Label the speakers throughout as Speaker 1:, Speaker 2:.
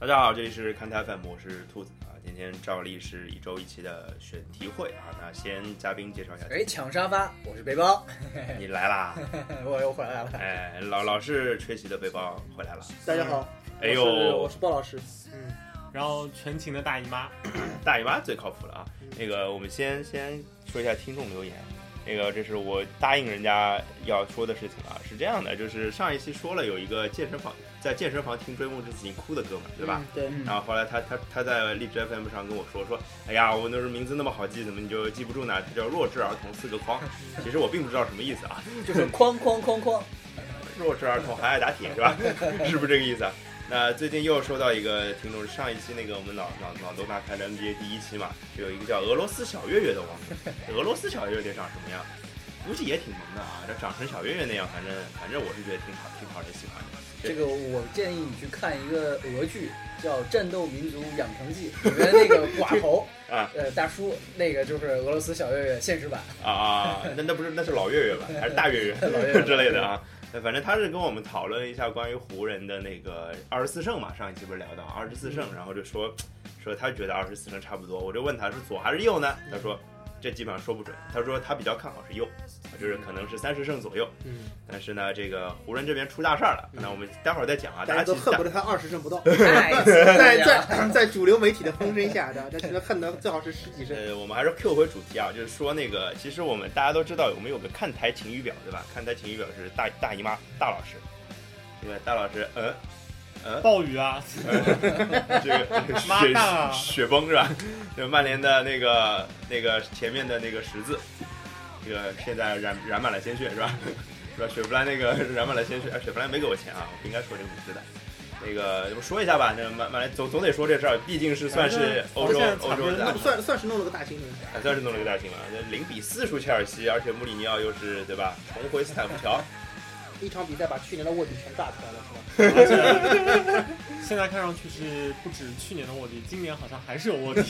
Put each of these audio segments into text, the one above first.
Speaker 1: 大家好，这里是看台 FM，我是兔子啊。今天照例是一周一期的选题会啊。那先嘉宾介绍一下，
Speaker 2: 哎，抢沙发，我是背包，
Speaker 1: 你来啦！
Speaker 2: 我又回来了。
Speaker 1: 哎，老老是缺席的背包回来了。
Speaker 3: 大家好，
Speaker 1: 哎
Speaker 3: 我是
Speaker 1: 呦
Speaker 3: 我，是鲍老师，
Speaker 4: 然后纯情的大姨妈，
Speaker 1: 大姨妈最靠谱了啊。那个，我们先先说一下听众留言。那个，这是我答应人家要说的事情啊，是这样的，就是上一期说了有一个健身房在健身房听《追梦之子》你哭的哥们儿，对吧？
Speaker 3: 嗯？对，
Speaker 2: 嗯
Speaker 1: 然后后来他他他在荔枝 FM 上跟我说说，哎呀，我那时候名字那么好记，怎么你就记不住呢？它叫弱智儿童四个框。其实我并不知道什么意思啊，
Speaker 2: 就是哐哐哐哐，
Speaker 1: 弱智儿童还爱打铁是吧？ 是不是这个意思啊？那最近又收到一个听众，上一期那个我们脑脑脑洞大开的 NBA 第一期嘛，就有一个叫俄罗斯小月月的网友， 俄罗斯小月月得长什么样？估计也挺萌的啊，这长成小月月那样，反正反正我是觉得挺讨挺讨人喜欢的。
Speaker 2: 这个我建议你去看一个俄剧，叫《战斗民族养成记》，里面那个寡头
Speaker 1: 啊，
Speaker 2: 呃，大叔，那个就是俄罗斯小岳岳现实版。
Speaker 1: 啊啊，那那不是那是老月月吧，还是大月月
Speaker 2: 老月 月
Speaker 1: 之类的啊？对反正他是跟我们讨论一下关于湖人的那个二十四胜嘛，上一期不是聊到二十四
Speaker 3: 嗯
Speaker 1: 胜，然后就说说他觉得二十四胜差不多，我就问他是左还是右呢？他说这基本上说不准，他说他比较看好是右，就是可能是三十胜左右。
Speaker 3: 嗯，
Speaker 1: 但是呢，这个湖人这边出大事儿了，那我们待会儿再讲啊，大
Speaker 3: 大家
Speaker 1: 家
Speaker 3: 都
Speaker 1: 其实
Speaker 3: 恨不得他二十胜 不到，
Speaker 2: 在
Speaker 3: 在在在主流媒体的风声下，大家觉得恨得最好是十几胜，
Speaker 1: 呃，我们还是 Q 回主题啊，就是说那个，其实我们大家都知道，我们有个看台晴雨表，对吧？看台晴雨表是大大姨妈大老师，这个大老师，呃，呃，
Speaker 4: 暴雨啊，
Speaker 1: 呃这个
Speaker 4: 妈
Speaker 1: 雪
Speaker 4: 蛋啊
Speaker 1: 雪崩是吧？就是曼联的那个那个前面的那个十字，这个现在染染满了鲜血是吧？ 是吧？雪佛兰那个染满了鲜血，哎，雪佛兰没给我钱啊，我不应该说这个名字的。那个，我说一下吧，那曼曼联总总得说这事儿，毕竟是算是欧洲
Speaker 4: 反正
Speaker 1: 欧洲
Speaker 4: 反正
Speaker 1: 的
Speaker 3: 那不。算算是弄了个大新闻。
Speaker 1: 还算是弄了个大新闻，那零比四输切尔西，而且穆里尼奥又是对吧，重回斯坦福桥，
Speaker 3: 一场比赛把去年的卧底全炸出来了，是吧？
Speaker 4: 而且现在看上去是不止去年的卧底，今年好像还是有卧 底，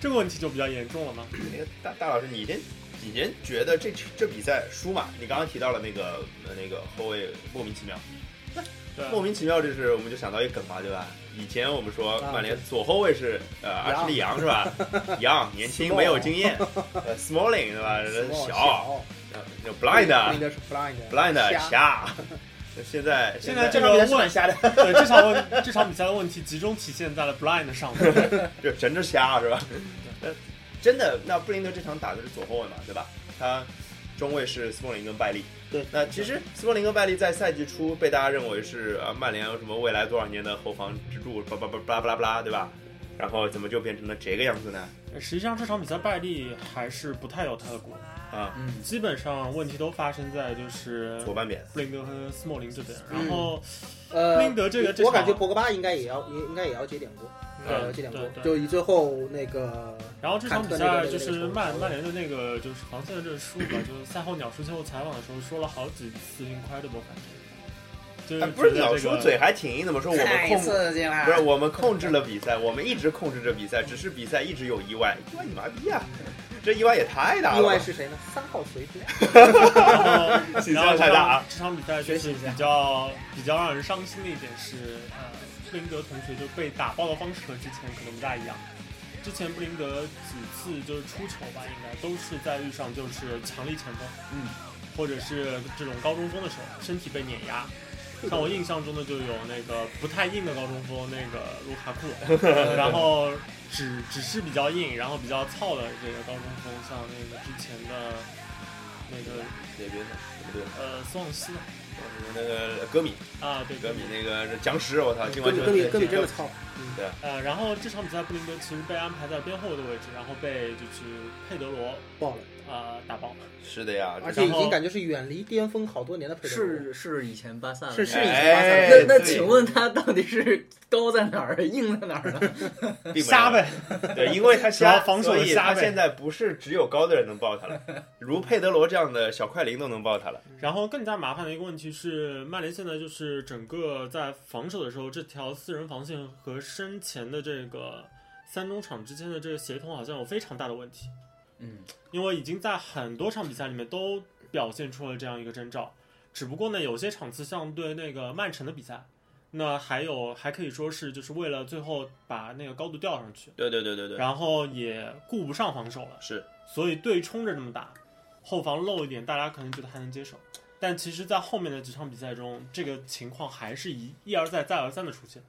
Speaker 4: 这个问题就比较严重了嘛。
Speaker 1: 那个哎大大老师，你先你先觉得这这比赛输嘛？你刚刚提到了那个呃那个后卫莫名其妙，莫
Speaker 4: 对，
Speaker 1: 名其妙就是我们就想到一个梗嘛，对吧？以前我们说
Speaker 3: 啊
Speaker 1: 曼联左后卫是呃
Speaker 3: 杨
Speaker 1: 阿什利杨是吧？杨年轻
Speaker 3: Small
Speaker 1: 没有经验，呃 Smalling 对吧？小，呃那 Blind 啊
Speaker 3: 那是哦 blind
Speaker 1: Blind
Speaker 3: 瞎，
Speaker 1: 瞎，现在
Speaker 4: 现在这
Speaker 3: 场
Speaker 4: 个
Speaker 3: 比赛是
Speaker 4: 问
Speaker 3: 蛮瞎的，
Speaker 4: 对这场问这场比赛的问题集中体现在了 Blind 上面。
Speaker 1: 就整只瞎是吧？那真的，那布林特这场打的是左后卫嘛，对吧？他中卫是斯莫林跟拜利。
Speaker 3: 对
Speaker 1: 那其实斯莫林跟拜利在赛季初被大家认为是啊曼联什么未来多少年的后防支柱，巴拉巴拉巴拉巴拉巴拉，对吧？然后怎么就变成了这个样子呢？
Speaker 4: 实际上这场比赛拜利还是不太有他的锅，
Speaker 1: 啊，
Speaker 2: 嗯，
Speaker 4: 基本上问题都发生在就是
Speaker 1: 左半边
Speaker 4: 布林德和斯莫林这边，然后布
Speaker 3: 呃
Speaker 4: 林。德这个这
Speaker 3: 我感觉
Speaker 4: 场
Speaker 3: 博格巴应该也要，也应该也要接点锅，应该也要
Speaker 4: 对
Speaker 3: 接
Speaker 4: 对
Speaker 3: 点锅
Speaker 4: 对。。
Speaker 3: 就以最后那个
Speaker 4: 然后这场比
Speaker 3: 坎特那
Speaker 4: 赛
Speaker 3: 个
Speaker 4: 就是曼
Speaker 3: 那个那个
Speaker 4: 曼联的那个就是防线的这个失误吧，就是赛后鸟叔接受采访的时候说了好几次 incredible，反正嗯就是
Speaker 1: 哎不是
Speaker 4: 觉得
Speaker 1: 老
Speaker 4: 这
Speaker 1: 说
Speaker 4: 个
Speaker 1: 嘴还挺硬的吗？说我们控制。
Speaker 2: 激了
Speaker 1: 不是我们控制了比赛，我们一直控制着比赛，只是比赛一直有意外，意外你妈逼啊！这意外也太大了吧，
Speaker 3: 意外是谁呢？三号随之。
Speaker 4: 然后
Speaker 1: 体
Speaker 4: 然后
Speaker 1: 太大啊！
Speaker 4: 这场比赛就是比较比较让人伤心的一点是，呃，布林德同学就被打爆的方式和之前可能不大一样。之前布林德几次就是出球吧，应该都是在遇上就是强力前锋，
Speaker 2: 嗯，
Speaker 4: 或者是这种高中锋的时候，身体被碾压。像我印象中的就有那个不太硬的高中锋，那个卢卡库，呃然后只只是比较硬，然后比较糙的这个高中锋，像那个之前的那个
Speaker 1: 哪边呢？对，
Speaker 4: 呃斯旺西的
Speaker 1: 那个呃戈米，
Speaker 4: 啊，对，
Speaker 1: 戈米那个讲师，我操，今
Speaker 3: 戈
Speaker 1: 晚
Speaker 3: 米
Speaker 1: 就
Speaker 3: 戈米戈米真的操，
Speaker 4: 呃，然后这场比赛布林德其实被安排在边后卫的位置，然后被就是佩德罗
Speaker 3: 爆了，
Speaker 4: 啊、呃打爆。
Speaker 1: 是的呀，
Speaker 3: 而且已
Speaker 4: 然后
Speaker 3: 经感觉是远离巅峰好多年的佩德罗。
Speaker 2: 是是以前巴萨的
Speaker 3: 是是以前巴萨
Speaker 1: 哎
Speaker 3: 的，
Speaker 2: 那那
Speaker 1: 对
Speaker 2: 请问他到底是高在哪儿，硬在哪儿呢？
Speaker 1: 并没有
Speaker 4: 瞎，呗，
Speaker 1: 对，因为他
Speaker 4: 主
Speaker 1: 瞎，
Speaker 4: 要防守
Speaker 1: 所以
Speaker 4: 瞎
Speaker 1: 他
Speaker 4: 呗
Speaker 1: 现在不是只有高的人能抱他了，如佩德罗这样的小快灵都能抱他了。
Speaker 4: 然后更加麻烦的一个问题是，曼联现在就是整个在防守的时候，这条四人防线和身前的这个三中场之间的这个协同好像有非常大的问题，
Speaker 2: 嗯，
Speaker 4: 因为已经在很多场比赛里面都表现出了这样一个征兆。只不过呢，有些场次像对那个曼城的比赛，那还有还可以说是就是为了最后把那个高度调上去，
Speaker 1: 对对对对对，
Speaker 4: 然后也顾不上防守了，
Speaker 1: 是
Speaker 4: 所以对冲着这么打，后防漏一点，大家可能觉得还能接受。但其实，在后面的几场比赛中，这个情况还是一一而再、再而三的出现，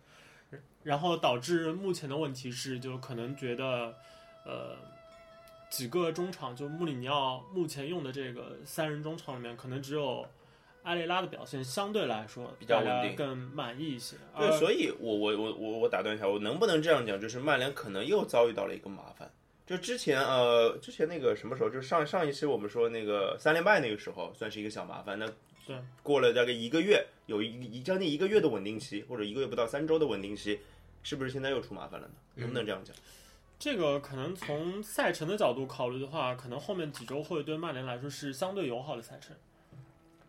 Speaker 4: 然后导致目前的问题是，就可能觉得，呃，几个中场，就穆里尼奥目前用的这个三人中场里面，可能只有埃雷拉的表现相对来说
Speaker 1: 比较稳
Speaker 4: 大家
Speaker 1: 定
Speaker 4: 更满意一些。
Speaker 1: 对，
Speaker 4: 而
Speaker 1: 所以我我我我我打断一下，我能不能这样讲？就是曼联可能又遭遇到了一个麻烦。就之前呃，之前那个什么时候？就是上上一期我们说那个三连败那个时候，算是一个小麻烦。那
Speaker 4: 对
Speaker 1: 过了大概一个月，有一一将近一个月的稳定期，或者一个月不到三周的稳定期，是不是现在又出麻烦了呢？能不能这样讲？
Speaker 4: 这个可能从赛程的角度考虑的话，可能后面几周会对曼联来说是相对友好的赛程。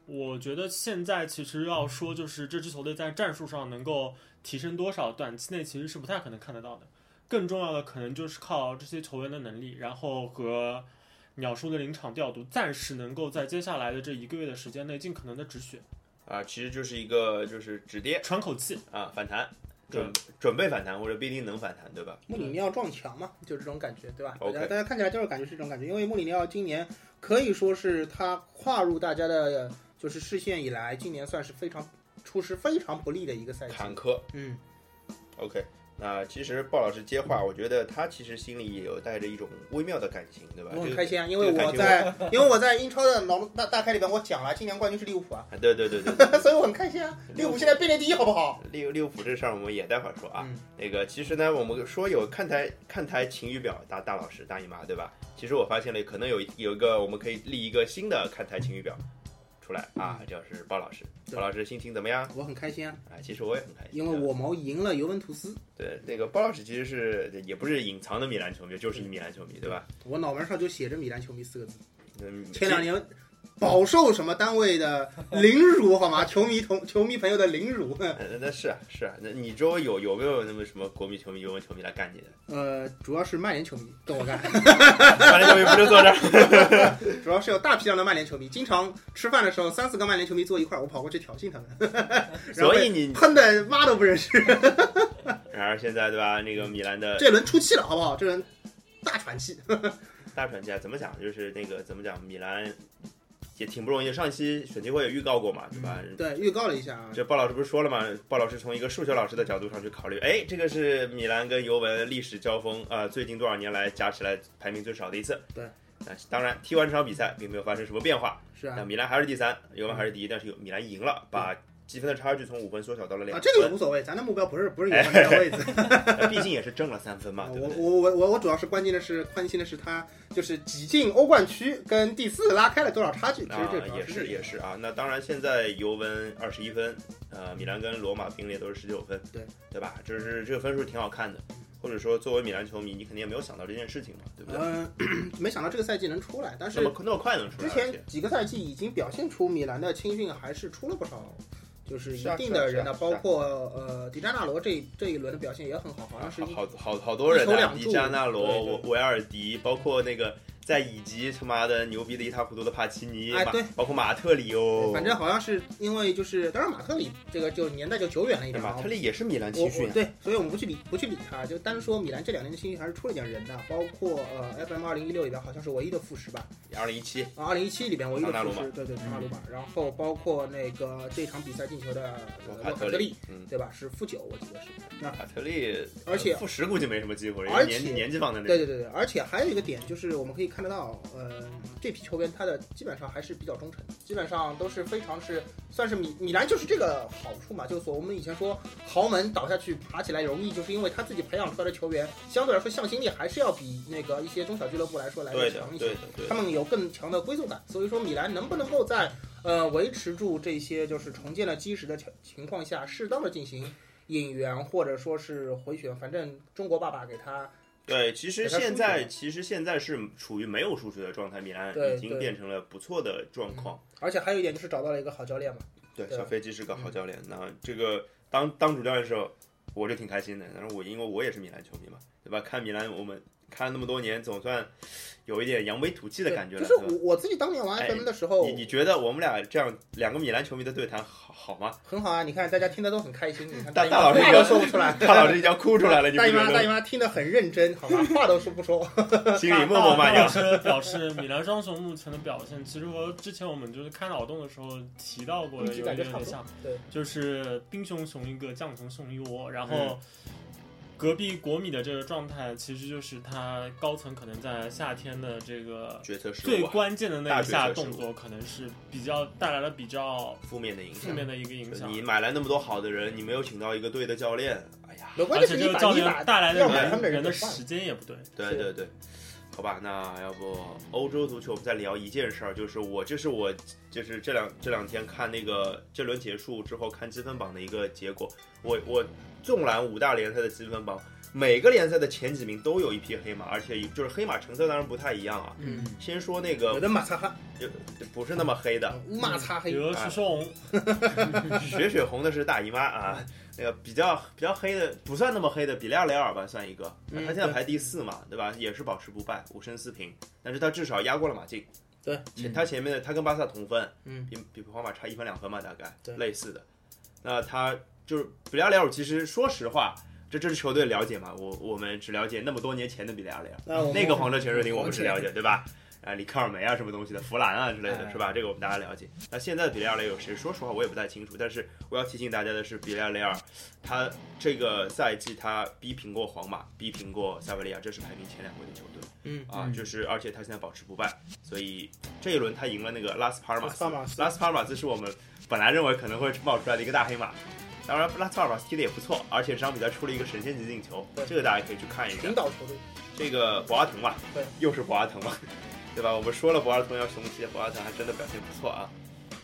Speaker 4: 我觉得现在其实要说，就是这支球队在战术上能够提升多少，短期内其实是不太可能看得到的。更重要的可能就是靠这些球员的能力，然后和鸟叔的临场调度，暂时能够在接下来的这一个月的时间内尽可能的止血，
Speaker 1: 啊，其实就是一个就是止跌
Speaker 4: 喘口气。
Speaker 1: 啊，反弹，
Speaker 4: 对
Speaker 1: 准准备反弹或者必定能反弹，对吧？
Speaker 3: 穆里尼奥撞墙嘛，就这种感觉，对吧？大
Speaker 1: OK
Speaker 3: 家大家看起来就是感觉是这种感觉，因为穆里尼奥今年可以说是他跨入大家的呃就是视线以来，今年算是非常出师非常不利的一个赛季。
Speaker 1: 坎坷，
Speaker 3: 嗯，
Speaker 1: OK，那其实鲍老师接话，我觉得他其实心里也有带着一种微妙的感情，对吧？
Speaker 3: 我
Speaker 1: 这
Speaker 3: 很
Speaker 1: 个
Speaker 3: 开心啊，因
Speaker 1: 这
Speaker 3: 为
Speaker 1: 个感
Speaker 3: 我
Speaker 1: 情
Speaker 3: 在因为我在英超的脑大大开里边我讲了，今年冠军是利物浦啊，
Speaker 1: 啊对对对对 对
Speaker 3: 所以我很开心啊，利物浦现在并列第一，好 不好？
Speaker 1: 利物利物浦这事儿我们也待会儿说啊。
Speaker 3: 嗯
Speaker 1: 那个其实呢，我们说有看台看台晴雨表，大大老师大姨妈对吧？其实我发现了，可能有有一个我们可以立一个新的看台晴雨表出来啊，就是鲍老师。
Speaker 3: 嗯对
Speaker 1: 鲍老师心情怎么样？
Speaker 3: 我很开心啊，
Speaker 1: 啊，其实我也很开心，
Speaker 3: 因为我毛赢了尤文图斯，
Speaker 1: 对那个鲍老师其实是也不是隐藏的米兰球迷，就是米兰球迷对吧？
Speaker 3: 我脑门上就写着米兰球迷四个字。
Speaker 1: 嗯，
Speaker 3: 前两年饱受什么单位的凌辱，好吗？球迷同球迷朋友的凌辱。
Speaker 1: 呃，那是啊，是啊，那你周围有有没有那么什么国米球迷、尤文球迷来干你的？
Speaker 3: 呃，主要是曼联球迷跟 我干，
Speaker 1: 曼联球迷不就坐这 儿？
Speaker 3: 主要是有大批量的曼联球迷，经常吃饭的时候三四个曼联球迷坐一块儿，我跑过去挑衅他们，然后
Speaker 1: 所以你，
Speaker 3: 喷的妈都不认识。
Speaker 1: 然而现在对吧？那个米兰的
Speaker 3: 这轮出气了，好不好？这轮大喘气。
Speaker 1: 大传家怎么讲？就是那个怎么讲？米兰也挺不容易。上一期选题会也预告过嘛，对吧？
Speaker 3: 嗯对，预告了一下啊，
Speaker 1: 这鲍老师不是说了嘛？鲍老师从一个数学老师的角度上去考虑，哎，这个是米兰跟尤文历史交锋，呃，最近多少年来加起来排名最少的一次。
Speaker 3: 对。
Speaker 1: 那当然，踢完这场比赛并没有发生什么变化，
Speaker 3: 是
Speaker 1: 那
Speaker 3: 啊，
Speaker 1: 米兰还是第三，尤文还是第一，但是有米兰赢了，把积分的差距从五分缩小到了两
Speaker 3: 啊，
Speaker 1: 分。
Speaker 3: 这个也无所谓，咱的目标不是不是赢那个位置。
Speaker 1: 呃毕竟也是挣了三分嘛，对
Speaker 3: 啊我
Speaker 1: 不对？
Speaker 3: 我我我我主要是关心的是关心的是他就是挤进欧冠区跟第四拉开了多少差距，其实
Speaker 1: 啊
Speaker 3: 这主，要
Speaker 1: 也
Speaker 3: 是
Speaker 1: 是
Speaker 3: 这个
Speaker 1: 也是啊。那当然，现在尤文二十一分，呃，米兰跟罗马并列都是十九分，
Speaker 3: 对嗯
Speaker 1: 对吧？这是这个分数挺好看的，或者说作为米兰球迷，你肯定也没有想到这件事情嘛，对不对？
Speaker 3: 嗯， 没想到这个赛季能出来，但
Speaker 1: 那
Speaker 3: 是
Speaker 1: 么那么快能出来，
Speaker 3: 之
Speaker 1: 而且
Speaker 3: 前几个赛季已经表现出米兰的青训还是出了不少，就是一
Speaker 1: 是啊
Speaker 3: 定
Speaker 1: 是啊
Speaker 3: 的人的，
Speaker 1: 是啊
Speaker 3: 包括呃迪扎纳罗这一这一轮的表现也很好，好
Speaker 1: 啊
Speaker 3: 像是一
Speaker 1: 好好好多人
Speaker 3: 一头
Speaker 1: 啊，
Speaker 3: 两
Speaker 1: 迪
Speaker 3: 柱
Speaker 1: 加纳罗、
Speaker 3: 对对
Speaker 1: 维维尔迪，包括那个在以及他妈的牛逼的一塌糊涂的帕奇尼，
Speaker 3: 哎
Speaker 1: 马
Speaker 3: 对
Speaker 1: 包括马特里哦，
Speaker 3: 反正好像是因为就是，当然马特里这个就年代就久远了一点啊
Speaker 1: 马特。里也是米兰
Speaker 3: 我
Speaker 1: 青
Speaker 3: 我
Speaker 1: 训啊，
Speaker 3: 对，所以我们不去理不去理他，就单说米兰这两年的青训还是出了点人的，包括呃 FM 二零一六里边好像是唯一的副十吧，
Speaker 1: 二零一七
Speaker 3: 啊二零一七里边唯一
Speaker 1: 唐纳
Speaker 3: 的
Speaker 1: 鲁
Speaker 3: 副
Speaker 1: 马嗯
Speaker 3: 十，对对，唐纳鲁马，然后包括那个这场比赛进球的呃
Speaker 1: 罗
Speaker 3: 洛
Speaker 1: 特
Speaker 3: 卡特利，，
Speaker 1: 嗯。
Speaker 3: 对吧？是负九，我记得是。那
Speaker 1: 卡特利，嗯
Speaker 3: 而且
Speaker 1: 负十估计没什么机会，因为
Speaker 3: 而
Speaker 1: 年纪
Speaker 3: 且
Speaker 1: 年纪放在那里。
Speaker 3: 对对对对，而且还有一个点就是，我们可以看得到，呃，这批球员他的基本上还是比较忠诚的，基本上都是非常是算是米米兰就是这个好处嘛，就是说我们以前说豪门倒下去爬起来容易，就是因为他自己培养出来的球员相对来说向心力还是要比那个一些中小俱乐部来说来
Speaker 1: 对
Speaker 3: 的
Speaker 1: 的，
Speaker 3: 强一
Speaker 1: 对
Speaker 3: 些，
Speaker 1: 的，对
Speaker 3: 他
Speaker 1: 的。
Speaker 3: 们有更强的归属感，所以说米兰能不能够在呃维持住这些就是重建的基石的情情况下，适当的进行引援或者说是回旋，反正中国爸爸给他。
Speaker 1: 对，其实
Speaker 3: 给他
Speaker 1: 现
Speaker 3: 输
Speaker 1: 在
Speaker 3: 球了
Speaker 1: 其实现在是处于没有输球的状态，米兰
Speaker 3: 对
Speaker 1: 已经
Speaker 3: 对
Speaker 1: 变成了不错的状况。
Speaker 3: 而且还有一点就是找到了一个好教练嘛。
Speaker 1: 对，
Speaker 3: 对嗯
Speaker 1: 小飞机是个好教练。那这个当当主教练的时候，我就挺开心的。但是我因为我也是米兰球迷嘛，对吧？看米兰，我们看了那么多年，总算有一点扬眉吐气的感觉
Speaker 3: 就
Speaker 1: 了。
Speaker 3: 是
Speaker 1: 吧
Speaker 3: 我我自己当年玩
Speaker 1: 哎
Speaker 3: FM 的时候
Speaker 1: 你你觉得我们俩这样两个米兰球迷的对谈好好吗？
Speaker 3: 很好啊，你看大家听得都很开心，你看
Speaker 1: 大
Speaker 3: 姨
Speaker 1: 大老师已
Speaker 3: 话
Speaker 1: 经
Speaker 3: 都说不出来，
Speaker 1: 大老师已经哭出来了，你不
Speaker 3: 大姨
Speaker 1: 觉
Speaker 3: 妈大姨
Speaker 1: 得？
Speaker 3: 妈听得很认真，好吧， 话都说不说。
Speaker 1: 心里默默骂
Speaker 4: 大
Speaker 1: 娘
Speaker 4: 老。师表示，米兰双雄目前的表现，其实和之前我们就是开脑洞的时候提到过
Speaker 3: 嗯
Speaker 4: 的有一点像，
Speaker 3: 对，
Speaker 4: 就是兵熊熊一个，将熊熊一窝。然
Speaker 1: 嗯
Speaker 4: 后隔壁国米的这个状态，其实就是他高层可能在夏天的这个
Speaker 1: 决策失
Speaker 4: 最
Speaker 1: 误啊，
Speaker 4: 关键的那一下动作，可能是比较带来了比较
Speaker 1: 负面的影
Speaker 4: 负
Speaker 1: 响。
Speaker 4: 面的一个影
Speaker 3: 嗯
Speaker 4: 响。
Speaker 1: 你买来那么多好的人，你没有请到一个对的教练，哎呀，
Speaker 3: 关
Speaker 4: 而
Speaker 3: 键
Speaker 4: 且
Speaker 3: 是
Speaker 4: 这
Speaker 3: 你
Speaker 4: 个
Speaker 3: 把
Speaker 4: 教
Speaker 3: 你
Speaker 4: 练
Speaker 3: 把
Speaker 4: 带来
Speaker 3: 要买
Speaker 4: 的
Speaker 3: 他们的
Speaker 4: 人
Speaker 3: 人
Speaker 4: 的
Speaker 3: 怎么办
Speaker 4: 时间也不对，
Speaker 1: 对
Speaker 3: 是
Speaker 1: 对对，好吧，那要不欧洲足球我们再聊一件事儿，就是我这是我就是这两这两天看那个这轮结束之后看积分榜的一个结果，我我纵览五大联赛的积分榜，每个联赛的前几名都有一匹黑马，而且就是黑马成色当然不太一样啊。
Speaker 4: 嗯，
Speaker 1: 先说那
Speaker 3: 有
Speaker 1: 个
Speaker 3: 的马擦汗，
Speaker 1: 不是那么黑的，
Speaker 3: 乌马擦
Speaker 4: 比
Speaker 3: 黑，
Speaker 4: 如徐硕红，
Speaker 1: 血血红的是大姨妈啊，那个比较比较黑的不算那么黑的，比利亚雷尔吧算一个，
Speaker 3: 嗯
Speaker 1: 他现在排第四嘛，对吧？也是保持不败，五胜四平，但是他至少压过了马竞。
Speaker 3: 对，
Speaker 1: 前他前面的他跟巴萨同分，
Speaker 3: 嗯，
Speaker 1: 比比皇马差一分两分嘛，大概
Speaker 3: 对
Speaker 1: 类似的。那他就是比利亚雷尔，其实说实话，这这支球队了解嘛，我我们只了解那么多年前的比利亚雷尔。
Speaker 3: 那我们
Speaker 1: 那个嗯黄车潜水艇我们是了
Speaker 3: 解，
Speaker 1: 解，对吧？啊，里克尔梅啊，什么东西的，弗兰啊之类的，
Speaker 3: 哎
Speaker 1: 是吧？这个我们大家了解。那现在的比利亚雷尔有谁？说实话，我也不太清楚。但是我要提醒大家的是，比利亚雷尔他这个赛季他逼平过皇马，逼平过塞维利亚，这是排名前两位的球队
Speaker 3: 嗯，
Speaker 1: 啊。
Speaker 4: 嗯
Speaker 1: 就是而且他现在保持不败，所以这一轮他赢了那个拉斯帕尔马斯
Speaker 3: 萨。马斯
Speaker 1: 拉斯帕尔马斯是我们本来认为可能会冒出来的一个大黑马。当然，拉斯帕尔马斯踢得也不错，而且这场比赛出了一个神仙级进球
Speaker 3: 对，
Speaker 1: 这个大家可以去看一下
Speaker 3: 领。导球队，
Speaker 1: 这个博阿滕吧，
Speaker 3: 对，
Speaker 1: 又是博阿滕嘛，对吧？我 们说了博阿滕要雄起，博阿滕还真的表现不错啊。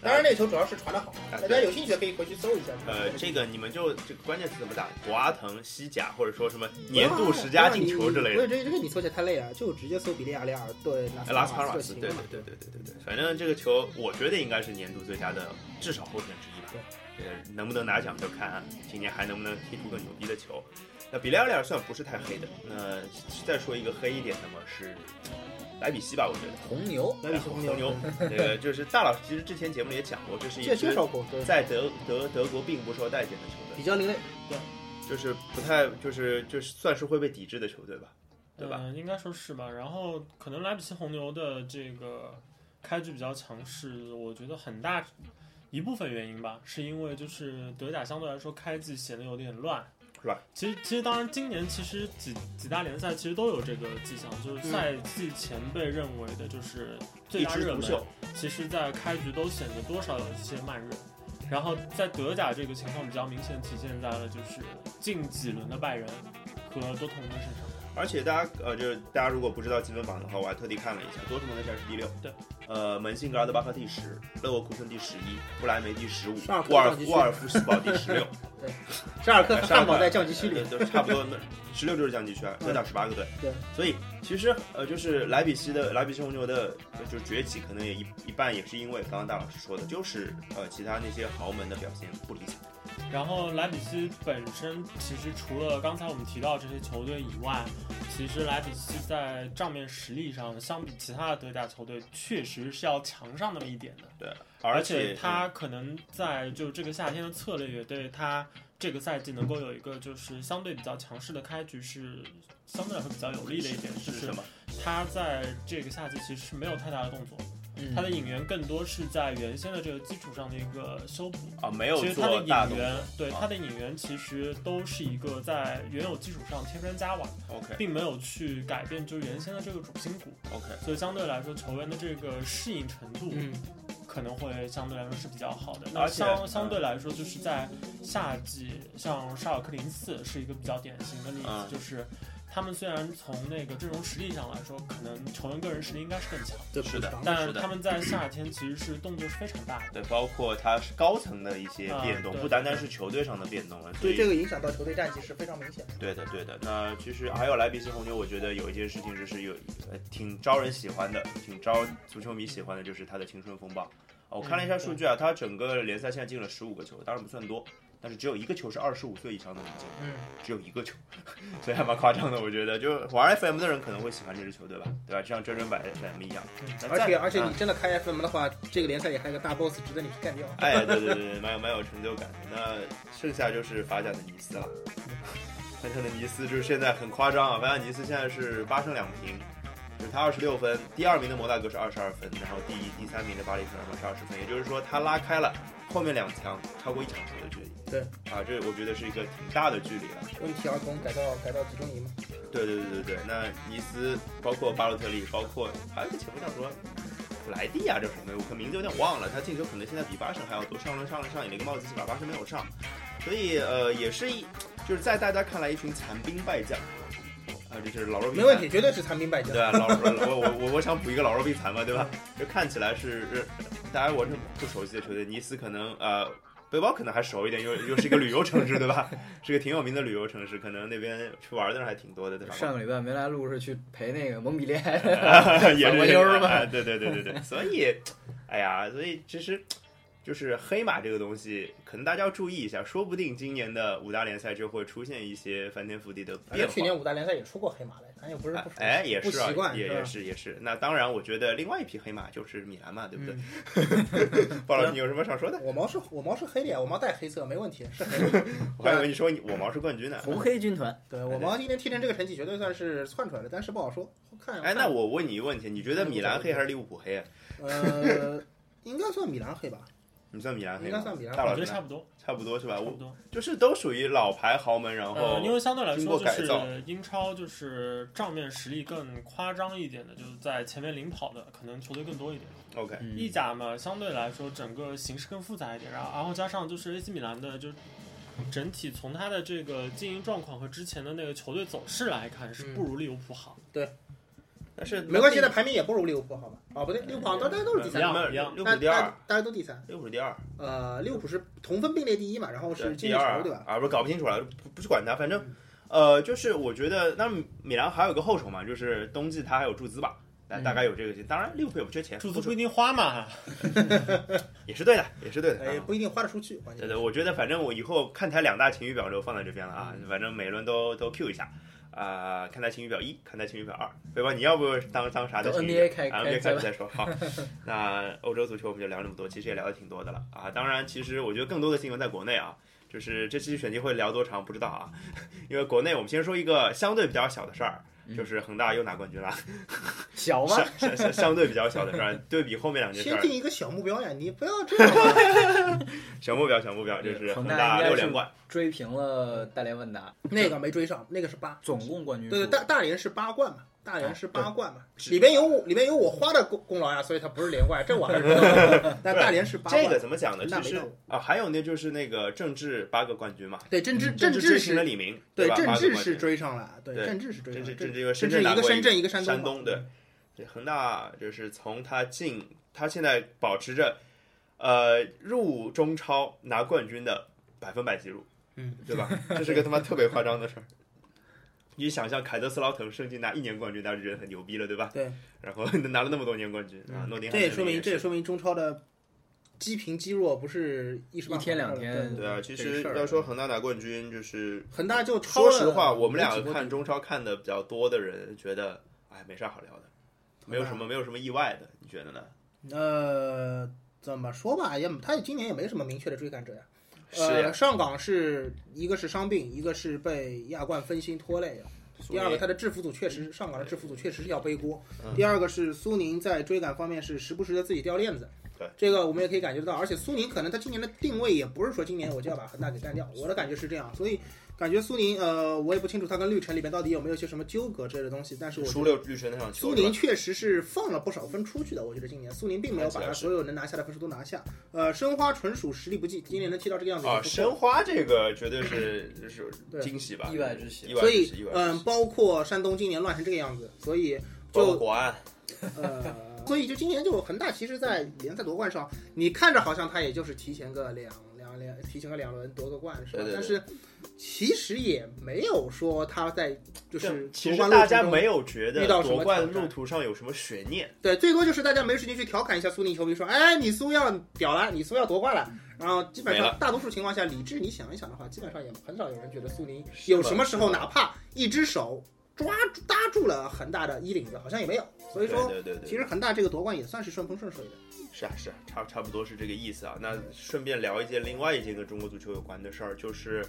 Speaker 3: 当然那球主要是传的好，
Speaker 1: 哎
Speaker 3: 大家有兴趣的可以回去搜一下。
Speaker 1: 呃，这个你们就这个关键词怎么打？博阿滕、西甲或者说什么
Speaker 3: 啊
Speaker 1: 年度十佳进球之类
Speaker 3: 不
Speaker 1: 的
Speaker 3: 是。这这啊个你搜起来太累了，啊就直接搜比利亚雷尔对
Speaker 1: 哎拉
Speaker 3: 拉
Speaker 1: 斯
Speaker 3: 斯
Speaker 1: 帕尔马
Speaker 3: 马
Speaker 1: 斯，
Speaker 3: 斯
Speaker 1: 对
Speaker 3: 就行
Speaker 1: 对
Speaker 3: 了。
Speaker 1: 对对对对对，反正这个球我觉得应该是年度最佳的至少候选之一吧。呃，能不能拿奖就看、啊、今年还能不能踢出个牛逼的球。那比利亚雷尔算不是太黑的，那再说一个黑一点的嘛是莱比锡吧，我觉得。
Speaker 2: 红牛，
Speaker 3: 莱比锡红
Speaker 1: 牛
Speaker 3: 牛，，
Speaker 1: 那个就是大老师，其实之前节目里也讲过，这是一
Speaker 3: 介介
Speaker 1: 支
Speaker 3: 绍过，对，
Speaker 1: 在德德德国并不受待见的球
Speaker 3: 比
Speaker 1: 队，
Speaker 3: 较另类。
Speaker 1: 就是不太就是就是算是会被抵制的球队吧，对吧？
Speaker 4: 嗯、应该说是吧。然后可能莱比锡红牛的这个开局比较强势，我觉得很大一部分原因吧，是因为就是德甲相对来说开季显得有点乱。
Speaker 1: 乱。
Speaker 4: 其实，其实当然，今年其实几几大联赛其实都有这个迹象，就是
Speaker 3: 嗯
Speaker 4: 赛季前被认为的就是最
Speaker 1: 一
Speaker 4: 大
Speaker 1: 枝
Speaker 4: 热
Speaker 1: 独
Speaker 4: 门，
Speaker 1: 秀，
Speaker 4: 其实，在开局都显得多少有一些慢热。然后在德甲这个情况比较明显体现在了就是近几轮的拜仁和多特蒙德身上。
Speaker 1: 而且大家呃，就是大家如果不知道积分榜的话，我还特地看了一下，多特蒙德现在是第六，
Speaker 4: 对，
Speaker 1: 呃，门兴格拉德巴赫第十，勒沃库森第十一，布莱梅第十五
Speaker 3: 沙尔，克
Speaker 1: 沃尔
Speaker 3: 上去
Speaker 1: 沃尔夫斯堡第十六，啊
Speaker 3: 沙尔克 和汉堡在降级区里嗯
Speaker 1: 对，，就差不多那十六就是降级区，啊，再打十八个队。
Speaker 3: 对，
Speaker 1: 所以其实呃，就是莱比锡的莱比锡红牛的呃就是崛起，可能也一一半也是因为刚刚大老师说的，就是呃其他那些豪门的表现不理想。
Speaker 4: 然后莱比锡本身其实除了刚才我们提到这些球队以外，其实莱比锡在账面实力上相比其他的德甲球队，确实是要强上那么一点的。
Speaker 1: 对，
Speaker 4: 而
Speaker 1: 且
Speaker 4: 他可能在就这个夏天的策略也对他这个赛季能够有一个就是相对比较强势的开局是相对来说比较有利的一点，就是是
Speaker 1: 什么？
Speaker 4: 他在这个夏季其实是没有太大的动作，
Speaker 2: 嗯
Speaker 4: 他的引援更多是在原先的这个基础上的一个修补。
Speaker 1: 啊，没有
Speaker 4: 其实他
Speaker 1: 做
Speaker 4: 的
Speaker 1: 大
Speaker 4: 引
Speaker 1: 动
Speaker 4: 援
Speaker 1: 作。，
Speaker 4: 对
Speaker 1: 啊
Speaker 4: 他的引援其实都是一个在原有基础上添砖加瓦，
Speaker 1: OK
Speaker 4: 并没有去改变就原先的这个主心骨，
Speaker 1: OK，
Speaker 4: 所以相对来说球员的这个适应程度
Speaker 3: 嗯，
Speaker 4: 可能会相对来说是比较好的。
Speaker 1: 而
Speaker 4: 那
Speaker 1: 且
Speaker 4: 相
Speaker 1: 嗯
Speaker 4: 相对来说就是在夏季，像沙尔克零四是一个比较典型的例
Speaker 1: 嗯
Speaker 4: 子，就是。他们虽然从那个阵容实力上来说，可能球员个人实力应该是更强，
Speaker 3: 对，
Speaker 1: 是的
Speaker 3: 补偿
Speaker 4: 但
Speaker 1: 是的
Speaker 4: 他们在夏天其实是动作是非常大的。
Speaker 1: 对，包括他是高层的一些
Speaker 4: 啊
Speaker 1: 变动，
Speaker 4: 对
Speaker 1: 不单单是球队上的变动了。所
Speaker 3: 对
Speaker 1: 以
Speaker 3: 这个影响到球队战绩是非常明显的。
Speaker 1: 对的，对的。那其实还有莱比锡红牛，我觉得有一件事情就是有呃挺招人喜欢的，挺招足球迷喜欢的，就是他的青春风暴。我看了一下数据啊，他整个联赛现在进了十五个球，当然不算多，但是只有一个球是二十五岁以上的门将，
Speaker 3: 嗯，
Speaker 1: 只有一个球， 所以还蛮夸张的。我觉得，就是玩 FM 的人可能会喜欢这支球队吧，对吧？就像真人版 FM 一样。那
Speaker 3: 而
Speaker 1: 再
Speaker 3: 且而且
Speaker 1: 啊
Speaker 3: 你真的开 FM 的话，这个联赛里还有个大 boss 值得你去干掉。
Speaker 1: 哎，对对对，蛮有蛮有成就感的。那剩下就是法甲的尼斯了，法甲的尼斯就是现在很夸张啊，法甲尼斯现在是八胜两平，就是他二十六分，第二名的摩纳哥是二十二分，然后第一、第三名的巴黎圣日耳曼是二十分，也就是说他拉开了后面两强超过一场球的距离。
Speaker 3: 对，
Speaker 1: 啊，这我觉得是一个挺大的距离了。
Speaker 3: 问题儿童改造改造集中营嘛，
Speaker 1: 对对对对对，那尼斯包括巴洛特利，包括还有一个前锋叫什么普莱蒂啊，这什么？我可名字有点忘了。他进球可能现在比巴神还要多，上轮上轮上演了一个帽子戏法，巴神没有上，所以呃也是一就是在大家看来一群残兵败将啊，这就是老弱病
Speaker 3: 没
Speaker 1: 残。
Speaker 3: 问题，绝对是残兵败将
Speaker 1: 对。啊，老我我我我想补一个老弱病残嘛，对吧？就看起来是是大家我是不熟悉的球队，尼斯可能呃背包可能还熟一点，又又是一个旅游城市，对吧？是个挺有名的旅游城市，可能那边去玩的人还挺多的，对吧？
Speaker 2: 上个礼拜没来录是去陪那个蒙彼利埃，
Speaker 1: 也
Speaker 2: 反
Speaker 1: 是
Speaker 2: 过
Speaker 1: 这
Speaker 2: 腰
Speaker 1: 个
Speaker 2: 是吧
Speaker 1: 哎对对对对对，所以，哎呀，所以其实就是黑马这个东西，可能大家要注意一下，说不定今年的五大联赛就会出现一些翻天覆地的
Speaker 3: 反
Speaker 1: 变
Speaker 3: 正
Speaker 1: 化。
Speaker 3: 去年五大联赛也出过黑马来，咱也不是不熟悉。
Speaker 1: 哎，也
Speaker 3: 不
Speaker 1: 是啊
Speaker 3: 习，惯
Speaker 1: 也
Speaker 3: 是吧
Speaker 1: 也是也是。那当然，我觉得另外一匹黑马就是米兰嘛，对不
Speaker 2: 嗯
Speaker 1: 对？
Speaker 3: 嗯
Speaker 1: 鲍老师，你有什么想说的？
Speaker 3: 我毛是我毛是黑的呀，我毛带黑色没问题，是 黑的。
Speaker 1: 我还以为你说你我毛是冠军呢。
Speaker 2: 红黑军团。
Speaker 3: 对
Speaker 1: 哎
Speaker 3: 我毛今天踢成这个成绩，绝对算是窜出来的，但是不好说，看。
Speaker 1: 哎，
Speaker 3: 看
Speaker 1: 那我问你一个问题，你觉得米兰黑还是利物浦黑啊？
Speaker 3: 呃， 应该算米兰黑吧？
Speaker 1: 你算米兰黑
Speaker 3: 应
Speaker 1: 吗？
Speaker 3: 该算米兰
Speaker 1: 大
Speaker 4: 我
Speaker 1: 老
Speaker 4: 觉
Speaker 1: 师
Speaker 4: 得
Speaker 1: 呢
Speaker 4: 差不多，
Speaker 1: 差不多是吧？
Speaker 4: 差不
Speaker 1: 我
Speaker 4: 多。
Speaker 1: 就是都属于老牌豪门，然
Speaker 4: 呃，
Speaker 1: 后
Speaker 4: 因为相对来
Speaker 1: 经过
Speaker 4: 说就
Speaker 1: 改
Speaker 4: 是
Speaker 1: 造
Speaker 4: 英超就是账面实力更夸张一点的，就是在前面领跑的可能球队更多一点。
Speaker 1: OK，
Speaker 2: 嗯
Speaker 4: 意甲嘛，相对来说整个形势更复杂一点，然后然后加上就是 AC 米兰的就整体从他的这个经营状况和之前的那个球队走势来看，
Speaker 1: 嗯
Speaker 4: 是不如利物浦好。
Speaker 1: 但是
Speaker 3: 没关系，那排名也不如利物浦，好吧？啊，不对，利物浦好像大家都是第
Speaker 4: 一
Speaker 3: 三
Speaker 4: 样，
Speaker 1: 那
Speaker 4: 一样
Speaker 1: 利物
Speaker 3: 大
Speaker 1: 浦第二
Speaker 3: 大，大家都第三。
Speaker 1: 利物浦第二，
Speaker 3: 呃，利物浦是同分并列第一嘛，然后
Speaker 1: 对
Speaker 3: 是进
Speaker 1: 第
Speaker 3: 球
Speaker 1: 二
Speaker 3: 对吧？嗯
Speaker 1: 啊，不是搞不清楚了，不不去管他，反正呃，就是我觉得那米兰还有个后手嘛，就是冬季他还有注资吧。
Speaker 3: 嗯
Speaker 1: 那大概有这个，当然利物浦也不缺钱，
Speaker 4: 注
Speaker 1: 哎
Speaker 4: 资
Speaker 1: 不是
Speaker 4: 不一定花嘛，
Speaker 1: 也是对的，也是对的。
Speaker 3: 哎，也
Speaker 1: 啊
Speaker 3: 不一定花得出去，关
Speaker 1: 对
Speaker 3: 键。
Speaker 1: 对，我觉得反正我以后看台两大晴雨表就放在这边了啊，
Speaker 3: 嗯
Speaker 1: 反正每轮都都 Q 一下啊、看台晴雨表一，看台晴雨表二，对吧？你要不当当啥的
Speaker 2: 等
Speaker 1: 晴雨
Speaker 2: NBA 开
Speaker 1: 啊
Speaker 2: 开
Speaker 1: NBA 开
Speaker 2: 赛吧
Speaker 1: 始再说。 好，那欧洲足球我们就聊这么多，其实也聊的挺多的了啊。当然，其实我觉得更多的新闻在国内啊，就是这期选题会聊多长不知道啊， 因为国内我们先说一个相对比较小的事儿。
Speaker 3: 嗯
Speaker 1: 就是恒大又拿冠军了，
Speaker 2: 小吗？
Speaker 1: 相相相相对比较小的事儿，对比后面两件事
Speaker 3: 先
Speaker 1: 儿，
Speaker 3: 定一个小目标呀，你不要这样 嘛。
Speaker 1: 小目标小目标就是
Speaker 2: 对恒
Speaker 1: 恒
Speaker 2: 大
Speaker 1: 大
Speaker 2: 应该
Speaker 1: 六
Speaker 2: 是
Speaker 1: 连冠，
Speaker 2: 追平了大连万达，
Speaker 3: 那个没追上，那个是八。
Speaker 2: 总共冠军
Speaker 3: 对
Speaker 2: 数
Speaker 3: 对，大大连是八冠嘛，大连是八冠嘛，
Speaker 1: 嗯啊对
Speaker 3: 里边有我里边有我花的功功劳呀，所以它不是连冠，这我还是知 道的。但大连是八冠。
Speaker 1: 这个怎么讲呢？
Speaker 3: 那
Speaker 1: 其
Speaker 3: 没
Speaker 1: 实
Speaker 3: 到
Speaker 1: 啊，还有那就是那个郑智八个冠军嘛，
Speaker 3: 对政治
Speaker 2: 嗯
Speaker 3: 政
Speaker 1: 治
Speaker 3: 治
Speaker 1: 追平了
Speaker 3: 是，
Speaker 1: 李明，
Speaker 3: 对
Speaker 1: 吧？
Speaker 3: 政
Speaker 1: 八个
Speaker 3: 治
Speaker 1: 冠
Speaker 3: 是
Speaker 1: 军，
Speaker 3: 追上了，对
Speaker 1: 对
Speaker 3: 政治是追上
Speaker 1: 郑
Speaker 3: 了，
Speaker 1: 智郑
Speaker 3: 政
Speaker 1: 智因为
Speaker 3: 政
Speaker 1: 深
Speaker 3: 治
Speaker 1: 圳
Speaker 3: 一
Speaker 1: 拿
Speaker 3: 个
Speaker 1: 过
Speaker 3: 深圳一个
Speaker 1: 山
Speaker 3: 山东嘛，
Speaker 1: 东
Speaker 3: 嗯
Speaker 1: 对对恒大就是从他进他现在保持着呃入中超拿冠军的百分百记录，
Speaker 3: 嗯，
Speaker 1: 对吧？这是个他妈特别夸张的事儿。你想象凯德斯劳滕甚至拿一年冠军，大家就觉得很牛逼了，对吧？
Speaker 3: 对，嗯
Speaker 1: 然后 拿了那么多年冠军啊，诺丁汉
Speaker 3: 这也
Speaker 1: 森
Speaker 3: 说
Speaker 1: 林
Speaker 3: 明这
Speaker 1: 是
Speaker 3: 也说明中超的积贫积弱不是一时半
Speaker 2: 一天
Speaker 3: 会儿
Speaker 2: 两天
Speaker 3: 的对对对
Speaker 1: 对啊，其
Speaker 2: 这个
Speaker 1: 实
Speaker 2: 事儿
Speaker 1: 要说恒大拿冠军，就是
Speaker 3: 恒大就嗯超
Speaker 1: 说
Speaker 3: 了。
Speaker 1: 实话，我们
Speaker 3: 几
Speaker 1: 两
Speaker 3: 波
Speaker 1: 个看中超看的比较多的人，觉得哎没啥好聊的，没有什
Speaker 3: 啊
Speaker 1: 么没有什么意外的，你觉得呢？
Speaker 3: 呃，怎么说吧，也他也今年也没什么明确的追赶者呀。
Speaker 1: 是呀
Speaker 3: 呃，上港是一个是伤病，一个是被亚冠分心拖累啊。第二个，他的制服组确实，上港的制服组确实是要背锅。
Speaker 1: 嗯
Speaker 3: 第二个是苏宁在追赶方面是时不时的自己掉链子。
Speaker 1: 对，
Speaker 3: 这个我们也可以感觉得到。而且苏宁可能他今年的定位也不是说今年我就要把恒大给干掉，我的感觉是这样。所以感觉苏宁，呃，我也不清楚他跟绿城里边到底有没有些什么纠葛之类的东西，但是我觉得
Speaker 1: 输六绿城那场球，
Speaker 3: 苏宁确实是放了不少分出去的，我觉得今年苏宁并没有把
Speaker 1: 看起
Speaker 3: 他
Speaker 1: 来是
Speaker 3: 所有能拿下的分数都拿下。呃，申花纯属实力不济，今年能踢到这个样子
Speaker 1: 啊，
Speaker 3: 已经
Speaker 1: 申
Speaker 3: 不错
Speaker 1: 花这个绝对是就是
Speaker 3: 对
Speaker 1: 惊喜吧，
Speaker 2: 意外之喜
Speaker 1: 意外
Speaker 3: 了。所
Speaker 1: 之喜，
Speaker 3: 以
Speaker 1: 意外，之
Speaker 3: 嗯，
Speaker 1: 喜，
Speaker 3: 包括山东今年乱成这个样子，所以
Speaker 1: 包括
Speaker 3: 就
Speaker 1: 国安，
Speaker 3: 呃，所以就今年就恒大，其实在联赛夺冠上，你看着好像他也就是提前个两两两连提前个两轮夺个冠是吧？
Speaker 1: 对对对
Speaker 3: 但是其实也没有说他在就是
Speaker 1: 这其实
Speaker 3: 夺冠
Speaker 1: 大
Speaker 3: 路
Speaker 1: 家
Speaker 3: 程中
Speaker 1: 没有觉得
Speaker 3: 遇到什么
Speaker 1: 夺冠
Speaker 3: 挑战
Speaker 1: 路途上有什么悬念，
Speaker 3: 对，最多就是大家没时间去调侃一下苏宁球迷，说：“哎，你苏要屌了，你苏要夺冠了。”然后基本
Speaker 1: 没
Speaker 3: 上
Speaker 1: 了
Speaker 3: 大多数情况下，理智你想一想的话，基本上也很少有人觉得苏宁有什么时候
Speaker 1: 是的
Speaker 3: 哪怕一只手抓住搭住了恒大的衣领子，好像也没有。所以说，
Speaker 1: 对对对对，
Speaker 3: 其实恒大这个夺冠也算是顺风顺水的。
Speaker 1: 是啊是啊，差差不多是这个意思啊。那顺便聊一件另外一件跟中国足球有关的事儿，就是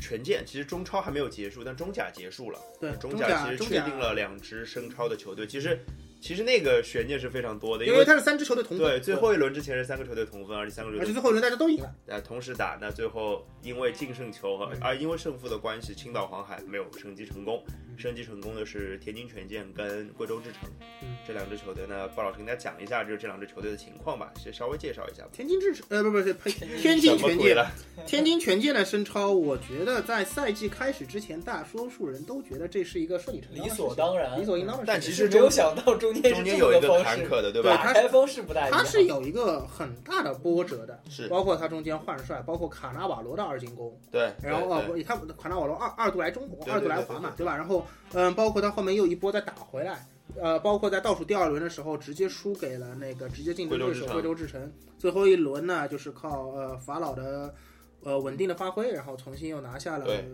Speaker 1: 权健。其实中超还没有结束，但中甲结束了。
Speaker 3: 对，
Speaker 1: 中
Speaker 3: 甲
Speaker 1: 其实
Speaker 3: 中
Speaker 1: 确
Speaker 3: 甲
Speaker 1: 定了两支升超的球队。其实其实那个悬念是非常多的，
Speaker 3: 因
Speaker 1: 为
Speaker 3: 为它是三支球队同分，
Speaker 1: 对最后一轮之前是三个球队同分，而且三个球
Speaker 3: 而且
Speaker 1: 队
Speaker 3: 最后一轮大家都赢了。
Speaker 1: 呃同时打，那最后因为净胜球和
Speaker 3: 嗯
Speaker 1: 啊因为胜负的关系，青岛黄海没有升级成功。升级成功的是天津权健跟贵州智诚
Speaker 3: 嗯
Speaker 1: 这两支球队呢，鲍老师跟大家讲一下，就是这两支球队的情况吧，先稍微介绍一下吧。
Speaker 3: 天津智呃不不是呸
Speaker 2: 天津
Speaker 3: 天津
Speaker 1: 什么
Speaker 3: 权
Speaker 1: 鬼
Speaker 3: 健，
Speaker 1: 了？
Speaker 3: 天津权健的升超，我觉得在赛季开始之前，大多数人都觉得这是一个顺理成章
Speaker 2: 理
Speaker 3: 的事
Speaker 2: 所
Speaker 3: 情，
Speaker 2: 当然
Speaker 3: 理。所应当的事情。
Speaker 1: 但其实
Speaker 2: 没有
Speaker 1: 中
Speaker 2: 想到中间
Speaker 1: 中
Speaker 2: 是
Speaker 1: 间
Speaker 2: 这
Speaker 1: 有一
Speaker 2: 么
Speaker 1: 个
Speaker 2: 个
Speaker 1: 坎
Speaker 2: 方式，
Speaker 1: 坷的，对
Speaker 3: 对
Speaker 1: 吧？
Speaker 2: 打
Speaker 3: 它
Speaker 2: 开方式不大一样。
Speaker 3: 他是有一个很大的波折的，
Speaker 1: 是
Speaker 3: 包括他中间换帅，包括卡纳瓦罗的二进宫，
Speaker 1: 对，
Speaker 3: 然后
Speaker 1: 对
Speaker 3: 呃，
Speaker 1: 对
Speaker 3: 不他卡纳瓦罗二二度来中国，
Speaker 1: 对对
Speaker 3: 二度来华嘛，
Speaker 1: 对
Speaker 3: 对吧？然后嗯，包括他后面又一波再打回来，呃，包括在倒数第二轮的时候直接输给了那个直接竞争对手
Speaker 1: 贵州智诚
Speaker 3: 贵州智诚，最后一轮呢就是靠呃法老的呃稳定的发挥，然后重新又拿下了
Speaker 1: 对，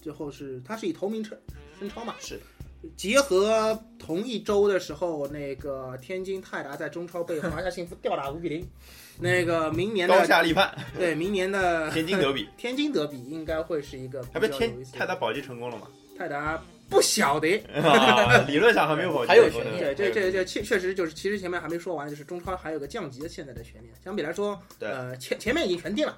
Speaker 3: 最后是他是以头名称升超嘛，
Speaker 1: 是
Speaker 3: 结合同一周的时候，那个天津泰达在中超被华夏幸福吊打五比零，那个明年
Speaker 1: 高
Speaker 3: 的
Speaker 1: 下立判，
Speaker 3: 对明年的
Speaker 1: 天津德比
Speaker 3: 天津德比应该会是一个
Speaker 1: 还
Speaker 3: 比
Speaker 1: 被
Speaker 3: 较有
Speaker 1: 天
Speaker 3: 意思的
Speaker 1: 泰达保级成功了 嘛？
Speaker 3: 泰达不晓得，
Speaker 1: 啊理论上还没有保级
Speaker 2: 还有
Speaker 1: 成功
Speaker 2: 悬
Speaker 1: 呢，
Speaker 2: 念
Speaker 3: 对这这这确确实就是其实前面还没说完，就是中超还有个降级的现在的悬念，相比来说，
Speaker 1: 对
Speaker 3: 呃前前面已经全定了，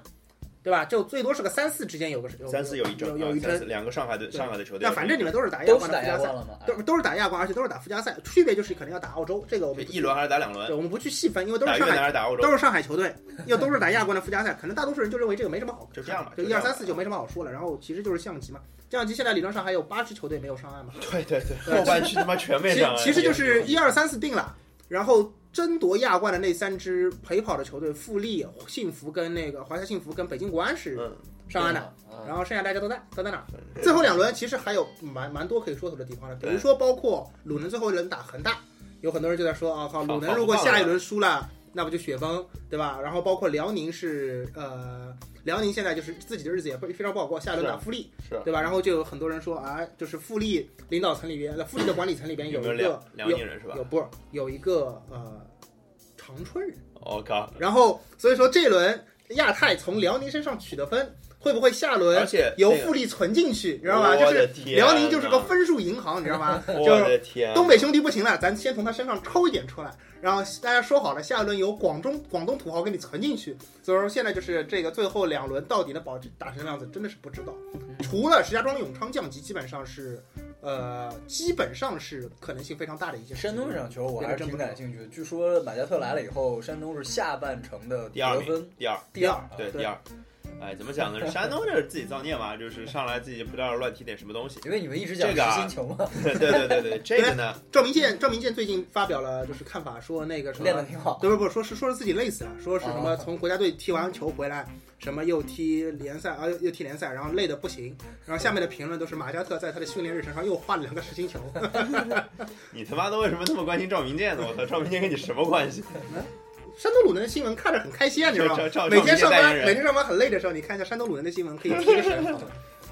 Speaker 3: 对吧？就最多是个三四之间有个有
Speaker 1: 三四有一
Speaker 3: 有
Speaker 1: 争，
Speaker 3: 有一
Speaker 1: 啊三
Speaker 3: 针
Speaker 1: 四，两个上海的
Speaker 3: 对
Speaker 1: 上海的球队，
Speaker 3: 那反正你们都是打亚
Speaker 2: 都
Speaker 3: 冠
Speaker 2: 是
Speaker 3: 的
Speaker 2: 打亚
Speaker 3: 附加
Speaker 2: 冠
Speaker 3: 赛，
Speaker 2: 了啊嘛？
Speaker 3: 都都是打亚冠，而且都是打附加赛，区别就是肯定要打澳洲，这个我
Speaker 1: 就
Speaker 3: 们不
Speaker 1: 一轮还是打两轮
Speaker 3: 对，，我们不去细分，因为都
Speaker 1: 打
Speaker 3: 是
Speaker 1: 越
Speaker 3: 上
Speaker 1: 南
Speaker 3: 海，
Speaker 1: 还是打欧洲
Speaker 3: 都？是上海球队，又都是打亚 冠的附加赛，可能大多数人就认为这个没什么好，
Speaker 1: 就这样吧
Speaker 3: 就
Speaker 1: 就
Speaker 3: 一
Speaker 1: 这
Speaker 3: 二
Speaker 1: 样吧
Speaker 3: 三四就没什么好说了。然后其实就是降级嘛，降级现在理论上还有八支球队没有上岸嘛，
Speaker 1: 对对对，
Speaker 3: 对
Speaker 1: 后半区他妈全被
Speaker 3: 其
Speaker 1: 上了，
Speaker 3: 其实就是一二三四定了，然后争夺亚冠的那三支陪跑的球队，富力、幸福跟那个华夏幸福跟北京国安是
Speaker 1: 嗯，
Speaker 3: 上岸的，
Speaker 2: 嗯，
Speaker 3: 然后剩下大家都在都在哪儿？最后两轮其实还有蛮蛮多可以说头的地方的，比如
Speaker 1: 对
Speaker 3: 说包括鲁能最后一轮打恒大，有很多人就在说啊靠，鲁能如果下一轮输了，那不就雪崩对吧？然后包括辽宁是呃，辽宁现在就是自己的日子也非非常不好过，下一轮打富力
Speaker 1: 是
Speaker 3: 对吧？然后就有很多人说啊，就是富力领导层里边，富力的管理层里边
Speaker 1: 有没
Speaker 3: 有
Speaker 1: 有
Speaker 3: 一
Speaker 1: 辽
Speaker 3: 个
Speaker 1: 辽宁人是吧
Speaker 3: 有？不是有一个呃长春人，
Speaker 1: 我哦靠！
Speaker 3: 然后所以说这轮亚太从辽宁身上取的分，会不会下轮
Speaker 1: 而且
Speaker 3: 由
Speaker 1: 那个
Speaker 3: 富力存进去，你知道吧？就
Speaker 1: 我的
Speaker 3: 是
Speaker 1: 天
Speaker 3: 辽宁就是个
Speaker 1: 呐，
Speaker 3: 分数银行，你知 道吧？
Speaker 1: 我
Speaker 3: 就是
Speaker 1: 的天，
Speaker 3: 东北兄弟不行了，咱先从他身上抽一点出来，然后大家说好了，下一轮由广东广东土豪给你存进去。所以说现在就是这个最后两轮到底能保打成什么样子，真的是不知道。
Speaker 2: 嗯
Speaker 3: 除了石家庄永昌降级，基本上是，呃，基本上是可能性非常大的一件
Speaker 2: 嗯
Speaker 3: 事情。
Speaker 2: 山东这场球我还是挺感兴趣的。据说马加特来了以后，山东是下半程的
Speaker 1: 第二
Speaker 2: 得
Speaker 1: 名
Speaker 2: 分，啊
Speaker 1: 第二，
Speaker 2: 第二，
Speaker 1: 对
Speaker 3: 对
Speaker 1: 第二。哎，怎么讲呢？山东这是自己造孽嘛，就是上来自己不知道乱提点什么东西。
Speaker 2: 因为你们一直讲
Speaker 1: 这个啊
Speaker 2: 实心球嘛，
Speaker 1: 对对对对，这个呢，
Speaker 3: 赵明剑，赵明剑最近发表了就是看法，说那个什么
Speaker 2: 练得挺好。
Speaker 3: 对不不，说是说是自己累死了，说是什么
Speaker 2: 啊
Speaker 3: 从国家队踢完球回来，什么又踢联赛啊，又又踢联赛，然后累得不行。然后下面的评论都是马加特在他的训练日程上又换了两个实心球。
Speaker 1: 你他妈的为什么那么关心赵明剑呢？我操，赵明剑跟你什么 关系？
Speaker 3: 山东鲁能的新闻看着很开心啊，你知道吗
Speaker 1: 赵赵？
Speaker 3: 每天
Speaker 1: 赵
Speaker 3: 上
Speaker 1: 明剑代
Speaker 3: 班
Speaker 1: 言人
Speaker 3: 每天上班很累的时候，你看一下山东鲁能的新闻，可以提个神。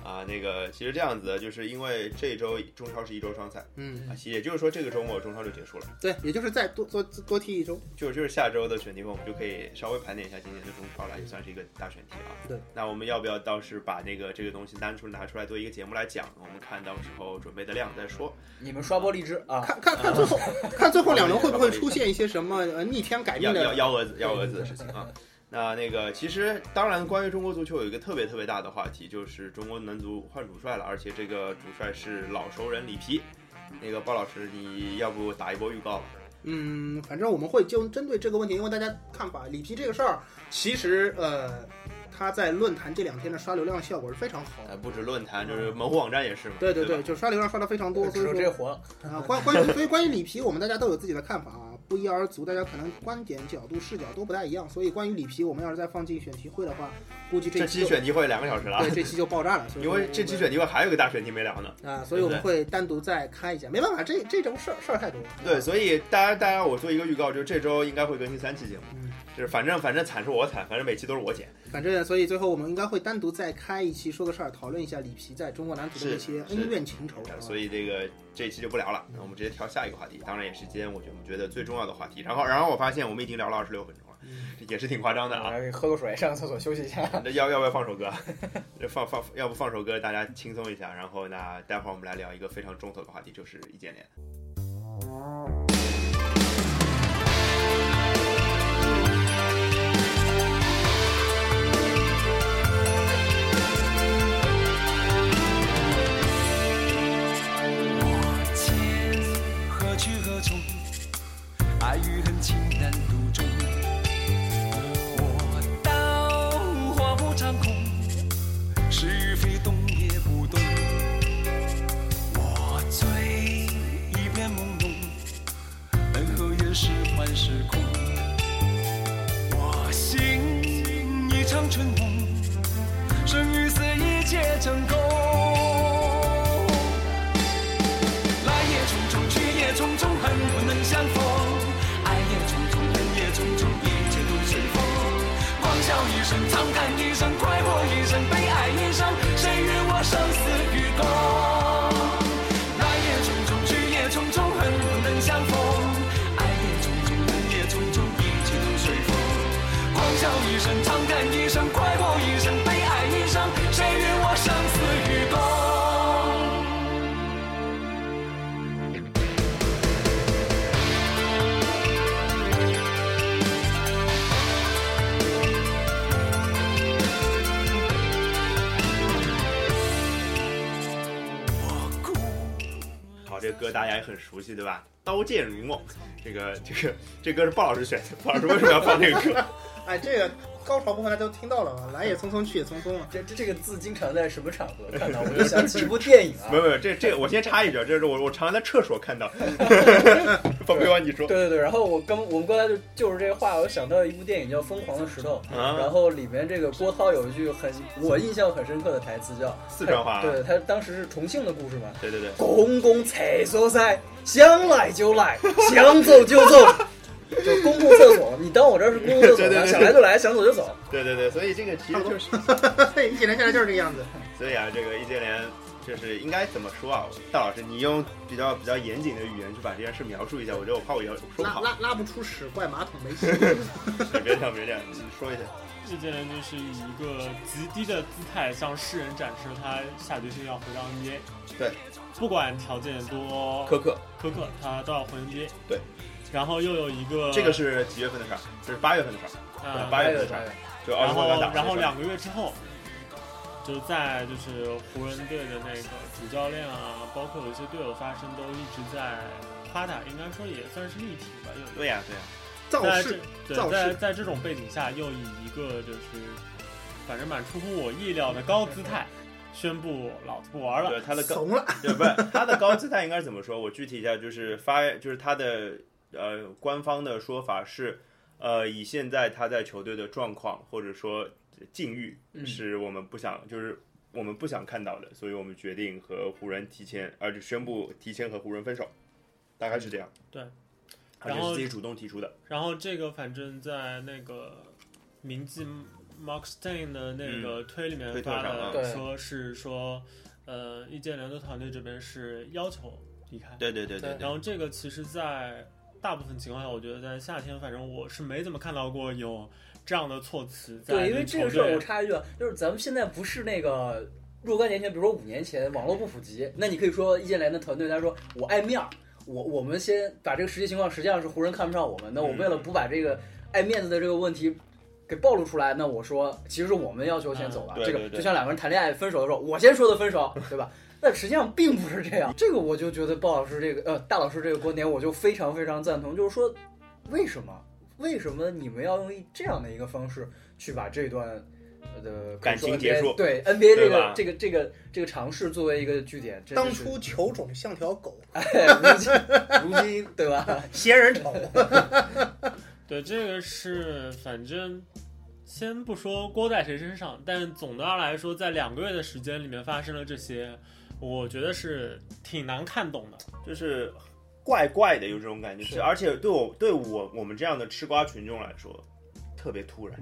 Speaker 1: 啊，那个其实这样子的，就是因为这周中超是一周双赛
Speaker 3: 嗯，
Speaker 1: 啊，其实也就是说这个周末中超就结束了，
Speaker 3: 对，也就是再多多多踢一周。
Speaker 1: 就就是下周的选题会，我们就可以稍微盘点一下今年的中超了，也算是一个大选题啊。
Speaker 3: 对，
Speaker 1: 那我们要不要到时把那个这个东西单独拿出来做一个节目来讲？我们看到时候准备的量再说。
Speaker 2: 你们刷波荔枝啊，
Speaker 3: 看看看最后看最后两轮会不会出现一些什么呃逆天改
Speaker 1: 幺
Speaker 3: 命
Speaker 1: 幺
Speaker 3: 的？
Speaker 1: 幺蛾子幺蛾子的事情啊。那那个，其实当然，关于中国足球有一个特别特别大的话题，就是中国男足换主帅了，而且这个主帅是老熟人里皮。那个鲍老师，你要不打一波预告吧？
Speaker 3: 嗯，反正我们会就针对这个问题，因为大家看法，里皮这个事儿，其实呃，他在论坛这两天的刷流量效果是非常好
Speaker 1: 呃，
Speaker 3: 的。
Speaker 1: 不止论坛，就是门户网站也是嘛。
Speaker 3: 对
Speaker 1: 对
Speaker 3: 对对，
Speaker 1: 吧，
Speaker 3: 就刷流量刷的非常多，所
Speaker 2: 只有
Speaker 3: 以
Speaker 2: 这
Speaker 3: 说呃
Speaker 2: 活了。
Speaker 3: 啊，关关于所以关于里皮，我们大家都有自己的看法啊，不一而足，大家可能观点、角度、视角都不太一样，所以关于里皮，我们要是再放进选题会的话，估计
Speaker 1: 这
Speaker 3: 一期
Speaker 1: 期
Speaker 3: 就
Speaker 1: 选题会两个小时了啊
Speaker 3: 对，这期就爆炸了。所以
Speaker 1: 因为这期选题会还有一个大选题没聊呢。
Speaker 3: 啊，所以我们会单独再开一下，没办法，这这种事儿事儿太多了。
Speaker 1: 对，所以大家大家我做一个预告，就是这周应该会更新三期节目，
Speaker 3: 嗯
Speaker 1: 就是反正反正惨是我惨，反正每期都是我剪。
Speaker 3: 反正，所以最后我们应该会单独再开一期，说个事儿，讨论一下里皮在中国南土的那些
Speaker 1: 是是
Speaker 3: 恩怨情仇啊
Speaker 1: 呃。
Speaker 3: 以
Speaker 1: 所以这个这一期就不聊了，那我们直接跳下一个话题，当然也是今天我觉得我觉得最重要的话题。然后然后我发现我们已经聊了二十六分钟了，这也是挺夸张的啊。
Speaker 2: 来喝口水，上个厕所休息一下。
Speaker 1: 那要要不要放首歌？放放要不放首歌，大家轻松一下。然后那待会儿我们来聊一个非常重头的话题，就是易建联。
Speaker 5: 何去何从？爱与恨情难独钟。我刀划破长空，是与非动也不动。我醉一片朦胧，恩和怨是幻是空。我醒一场春梦，生与死一皆成空。来也匆匆，去也匆匆，恨不能相逢。爱也匆匆，恨也匆匆，一切都随风。狂笑一声，长叹一声，快活一声，悲哀一声，谁与我生死与共？来也匆匆，去也匆匆，恨不能相逢。爱也匆匆，恨也匆匆，一切都随风。狂笑一声，长叹一声，快活一声，悲哀一声，谁与我生死与共？
Speaker 1: 好，这个歌大家也很熟悉，对吧？《刀剑如梦》，这个这个这歌是鲍老师选的，鲍老师为什么要放这个歌？
Speaker 3: 哎，这个高潮部分大家都听到了嘛，来也匆匆，去也匆匆 了。
Speaker 2: 这这这个字经常在什么场 合看到？我就想起一部电影啊
Speaker 1: 没。有没有，这这我先插一句，这是我我常常在厕所看到。 宝贝王，你说
Speaker 2: 对对对，然后我刚我们刚才就就是这个话，我想到一部电影叫《疯狂的石头》，
Speaker 1: 啊
Speaker 2: 然后里面这个郭涛有一句很我印象很深刻的台词叫
Speaker 1: 四川话啊
Speaker 2: 对他当时是重庆的故事嘛，
Speaker 1: 对对对，
Speaker 2: 公共厕所噻，想来就来，想走就走， 就公共厕所，你当我这儿是公共厕所
Speaker 1: 对对
Speaker 2: 吗？
Speaker 1: 对
Speaker 2: 想来就来，想走就走，
Speaker 1: 对对对，所以这个其实就是，
Speaker 3: 对，易建联现在就是这 个样子。
Speaker 1: 所以啊，这个易建联就是应该怎么说啊？大老师，你用比较比较严谨的语言去把这件事描述一下，我觉得我怕我以后说不
Speaker 3: 拉
Speaker 1: 好。
Speaker 3: 拉拉不出屎，怪马桶没洗。
Speaker 1: 别这样，别这样，你说一下。
Speaker 4: 易建联就是以一个极低的姿态向世人展示他下决心要回到 NBA。
Speaker 1: 对，
Speaker 4: 不管条件多苛
Speaker 1: 刻，
Speaker 4: 刻，他都要回 NBA。
Speaker 1: 对，
Speaker 4: 然后又有一个
Speaker 1: 这个是几月份的事儿？这是八月份的事儿，
Speaker 4: 呃
Speaker 1: 八月份
Speaker 2: 对
Speaker 1: 的
Speaker 2: 对
Speaker 1: 事儿，就
Speaker 2: 对
Speaker 1: 奥
Speaker 4: 然
Speaker 1: 运
Speaker 4: 后
Speaker 1: 会刚打完的
Speaker 4: 然后
Speaker 1: 事儿
Speaker 4: 两个月之后，就是在就是湖人队的那个主教练啊，包括有一些队友发声，都一直在夸他，应该说也算是力挺吧，有一个
Speaker 1: 对呀对呀，
Speaker 3: 造
Speaker 4: 在
Speaker 3: 势
Speaker 4: 这，
Speaker 3: 造
Speaker 4: 对，在
Speaker 3: 势
Speaker 4: 在这种背景下，又以一个就是反正蛮出乎我意料的高姿态，宣布老子不玩了。
Speaker 1: 对他的高
Speaker 3: 怂了。
Speaker 1: 对，不是他的高姿态应该是怎么说？我具体一下，就是发，就是他的呃官方的说法是，呃，以现在他在球队的状况或者说境遇，
Speaker 2: 嗯
Speaker 1: 是我们不想，就是我们不想看到的，所以我们决定和湖人提前，而且宣布提前和湖人分手，大概是这样。
Speaker 4: 对，
Speaker 1: 而且
Speaker 4: 然后
Speaker 1: 是自己主动提出的，
Speaker 4: 然后这个反正在那个铭记 Mark Stein 的那个推里面
Speaker 1: 嗯推特
Speaker 4: 发
Speaker 1: 上啊
Speaker 4: 的，
Speaker 2: 对
Speaker 4: 说是说，呃，易建联的团队这边是要求离开。
Speaker 1: 对对对
Speaker 2: 对
Speaker 4: 然后这个其实，在大部分情况下，我觉得在夏天，反正我是没怎么看到过有这样的措辞在
Speaker 2: 对，因为
Speaker 4: 球
Speaker 2: 这个事儿
Speaker 4: 队
Speaker 2: 我插一句，啊，就是咱们现在不是那个若干年前，比如说五年前网络不普及，那你可以说易建联的团队他说我爱面儿，我我们先把这个实际情况，实际上是湖人看不上我们，那我
Speaker 1: 嗯
Speaker 2: 为了不把这个爱面子的这个问题。给暴露出来，那我说，其实是我们要求先走了。
Speaker 1: 嗯对
Speaker 2: 这
Speaker 1: 对
Speaker 2: 个
Speaker 1: 对
Speaker 2: 就像两个人谈恋爱分手的时候，我先说的分手，对吧？但实际上并不是这样。这个我就觉得鲍老师这个呃大老师这个观点，我就非常非常赞同。就是说，为什么为什么你们要用一这样的一个方式去把这段呃
Speaker 1: 感情结束
Speaker 2: 对 NBA 这
Speaker 1: 对
Speaker 2: 个
Speaker 1: 吧
Speaker 2: 这个这个这个尝试作为一个据点，真的
Speaker 3: 当
Speaker 2: 是
Speaker 3: 初球种像 条狗，
Speaker 2: 哎如今如今对
Speaker 1: 哎
Speaker 2: 吧？
Speaker 3: 闲人丑。
Speaker 4: 对，这个是反正先不说锅在谁身上，但总的来说，在两个月的时间里面发生了这些，我觉得是挺难看懂的。
Speaker 1: 就是怪怪的，有这种感觉。
Speaker 3: 是
Speaker 1: 而且对我对我我们这样的吃瓜群众来说，特别突然，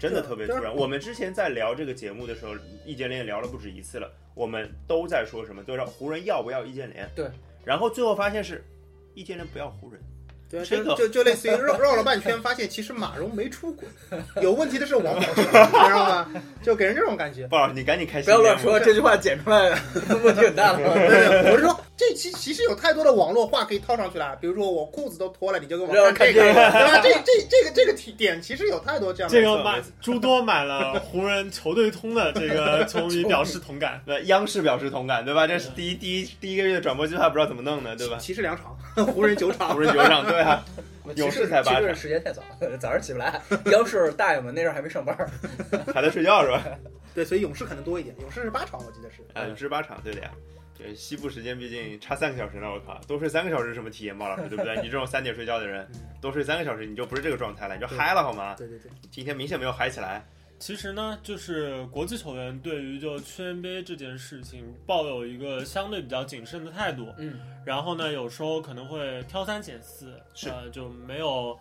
Speaker 1: 真的
Speaker 3: 对
Speaker 1: 特别
Speaker 3: 就
Speaker 1: 突
Speaker 3: 是
Speaker 1: 然。我们之前在聊这个节目的时候，易建联聊了不止一次了，我们都在说什么，都让湖人要不要易建联？
Speaker 2: 对。
Speaker 1: 然后最后发现是易建联不要湖人，
Speaker 3: 对啊，
Speaker 1: 这
Speaker 3: 就
Speaker 1: 个
Speaker 3: 就就类似于绕绕了半圈，发现其实马蓉没出轨，有问题的是王宝强，你知道吗？就给人这种感觉。
Speaker 1: 鲍老师你赶紧开
Speaker 2: 不
Speaker 1: 心。
Speaker 2: 要乱说，这句话剪 出来问题很大的。
Speaker 3: 对对，我是说，这期其实有太多的网络话可以套上去了，比如说我裤子都脱了，你就给我
Speaker 2: 让我
Speaker 3: 看
Speaker 2: 看
Speaker 3: 这个，对吧？这这这个这个题点其实有太多这样的。
Speaker 4: 这
Speaker 1: 没
Speaker 4: 个
Speaker 1: 错
Speaker 4: 买
Speaker 1: 没错。
Speaker 4: 诸多买了湖人球队通的这个球 迷表示同感
Speaker 1: 对，央视表示同感，对吧？这是第一第一第一个月的转播计划，不知道怎么弄的，对吧？
Speaker 3: 骑士两场，湖人九场
Speaker 1: 湖，人球场，对啊，
Speaker 2: 其
Speaker 1: 勇
Speaker 2: 实
Speaker 1: 士才八
Speaker 2: 其
Speaker 1: 场
Speaker 2: 实时间太早，早上起不来。央视大爷们那阵儿还没上班儿，
Speaker 1: 还在睡觉是吧？
Speaker 3: 对，所以勇士可能多一点，勇士是八场，我记得是。
Speaker 1: 啊，
Speaker 2: 嗯
Speaker 1: 有十八场，对的呀。这西部时间毕竟差三个小时呢，我靠，多睡三个小时是什么体验，鲍老师，对不对？你这种三点睡觉的
Speaker 2: 嗯
Speaker 1: 人，多睡三个小时你就不是这个状态了，你就
Speaker 3: 对
Speaker 1: 嗨了好吗？
Speaker 3: 对对对，
Speaker 1: 今天明显没有嗨起来，
Speaker 4: 其实呢，就是国际球员对于就去 NBA 这件事情抱有一个相对比较谨慎的态度。
Speaker 2: 嗯，
Speaker 4: 然后呢，有时候可能会挑三拣四，
Speaker 1: 是
Speaker 4: 呃，就没有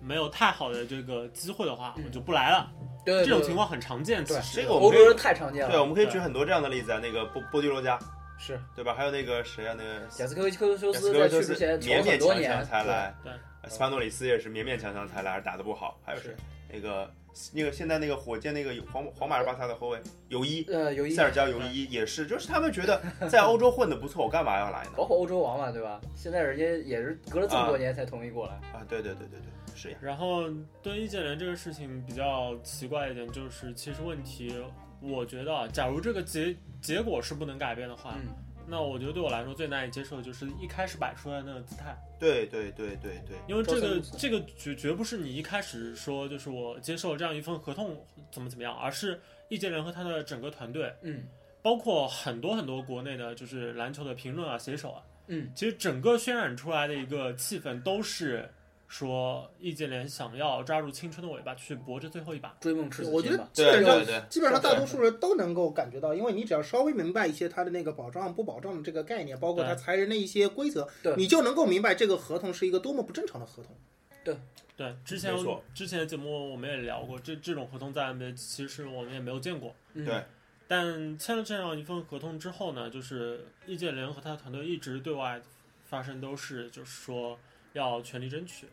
Speaker 4: 没有太好的这个机会的话，
Speaker 2: 嗯
Speaker 4: 我就不来了。
Speaker 2: 对对
Speaker 4: 这
Speaker 2: 对
Speaker 4: 种情况很常见，其
Speaker 2: 对
Speaker 4: 实
Speaker 1: 这个我
Speaker 2: 欧
Speaker 1: 们
Speaker 2: 洲
Speaker 1: 可以
Speaker 2: 人太常见
Speaker 1: 对，我
Speaker 2: 了。
Speaker 1: 们可以
Speaker 4: 对
Speaker 1: 举很多这样的例子啊，那个波波蒂罗加，
Speaker 2: 啊是
Speaker 1: 对吧？还有那个谁啊，那个
Speaker 2: 贾斯科维奇科修
Speaker 1: 贾
Speaker 2: 斯
Speaker 1: 斯
Speaker 2: 在
Speaker 1: 科
Speaker 2: 去
Speaker 1: 维
Speaker 2: 之
Speaker 1: 斯
Speaker 2: 前
Speaker 1: 勉
Speaker 2: 愁
Speaker 1: 勉
Speaker 2: 很多
Speaker 1: 强
Speaker 2: 年
Speaker 1: 强，才来，
Speaker 4: 对
Speaker 1: 呃斯潘诺里斯也是勉勉强强才来，打得不好，还有谁？那个那个现在那个火箭那个有皇皇马尔巴萨的后卫尤伊，
Speaker 2: 呃，有一
Speaker 1: 塞尔加尤伊也是，就是他们觉得在欧洲混得不错，我干嘛要来呢？
Speaker 2: 包括欧洲王嘛，对吧？现在人家也是隔了这么多年才同意过来。
Speaker 1: 啊，对对对对对，是呀。
Speaker 4: 然后对易建联这个事情比较奇怪一点，就是其实问题，我觉得啊，假如这个结结果是不能改变的
Speaker 1: 啊
Speaker 4: 话，
Speaker 2: 嗯，
Speaker 4: 那我觉得对我来说最难以接受的就是一开始摆出来的那个姿态，
Speaker 1: 对对对对对，
Speaker 4: 因为这
Speaker 3: 周三
Speaker 4: 个
Speaker 3: 周四
Speaker 4: 这个绝绝不是你一开始说就是我接受这样一份合同怎么怎么样，而是易建联和他的整个团队，
Speaker 2: 嗯，
Speaker 4: 包括很多很多国内的就是篮球的评论啊、写手啊，
Speaker 2: 嗯，
Speaker 4: 其实整个渲染出来的一个气氛都是说易建联想要抓住青春的尾巴去搏这最后一把。
Speaker 2: 追梦赤子
Speaker 3: 我觉
Speaker 2: 心
Speaker 3: 得
Speaker 2: 吧。
Speaker 3: 基本上
Speaker 1: 对对
Speaker 3: 基本上大多数人都能够感觉到，因为你只要稍微明白一些他的那个保障不保障的这个概念，包括他
Speaker 4: 对
Speaker 3: 裁人的一些规则
Speaker 2: 对，
Speaker 3: 你就能够明白这个合同是一个多么不正常的合同。
Speaker 4: 对，之前
Speaker 1: 没错
Speaker 4: 之前的节目我们也聊过，这这种合同在 NBA 其实我们也没有见过。
Speaker 2: 嗯
Speaker 1: 对
Speaker 4: 但签了这样一份合同之后呢，就是易建联和他的团队一直对外发声都是，就是说要全力争取。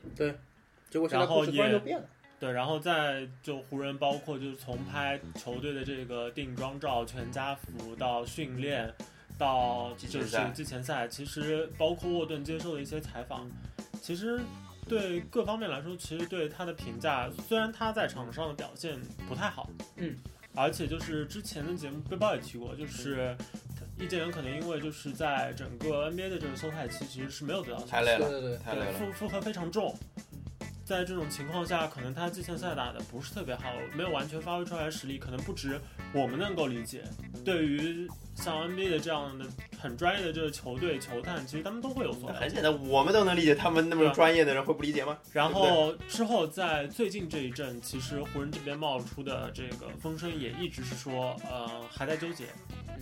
Speaker 3: 结果现在
Speaker 4: 然后
Speaker 3: 故事突然
Speaker 4: 也
Speaker 3: 就变了，
Speaker 4: 对，然后再就湖人，包括就是从拍球队的这个定妆照、全家福到训练，到
Speaker 1: 嗯季
Speaker 4: 就
Speaker 1: 前
Speaker 4: 是
Speaker 1: 赛
Speaker 4: 季前赛，其实包括沃顿接受的一些采访，其实对各方面来说，其实对他的评价，虽然他在场上的表现不太好，
Speaker 2: 嗯，
Speaker 4: 而且就是之前的节目背包也提过，就是易建联可能因为就是在整个 NBA 的这个休赛期其实是没有得到
Speaker 1: 太累
Speaker 2: 对
Speaker 1: 了，
Speaker 2: 对对，
Speaker 1: 太累
Speaker 4: 对，
Speaker 1: 了。
Speaker 4: 负负荷非常重。在这种情况下，可能他季前赛打的不是特别好，没有完全发挥出来的实力，可能不止我们能够理解。对于像 NBA 的这样的很专业的这个球队球探，其实他们都会有所了
Speaker 1: 很
Speaker 4: 解。
Speaker 1: 简单，我们都能理解，他们那么专业的人会不理解吗？
Speaker 4: 然后之后在最近这一阵，其实湖人这边冒出的这个风声也一直是说，呃，还在纠结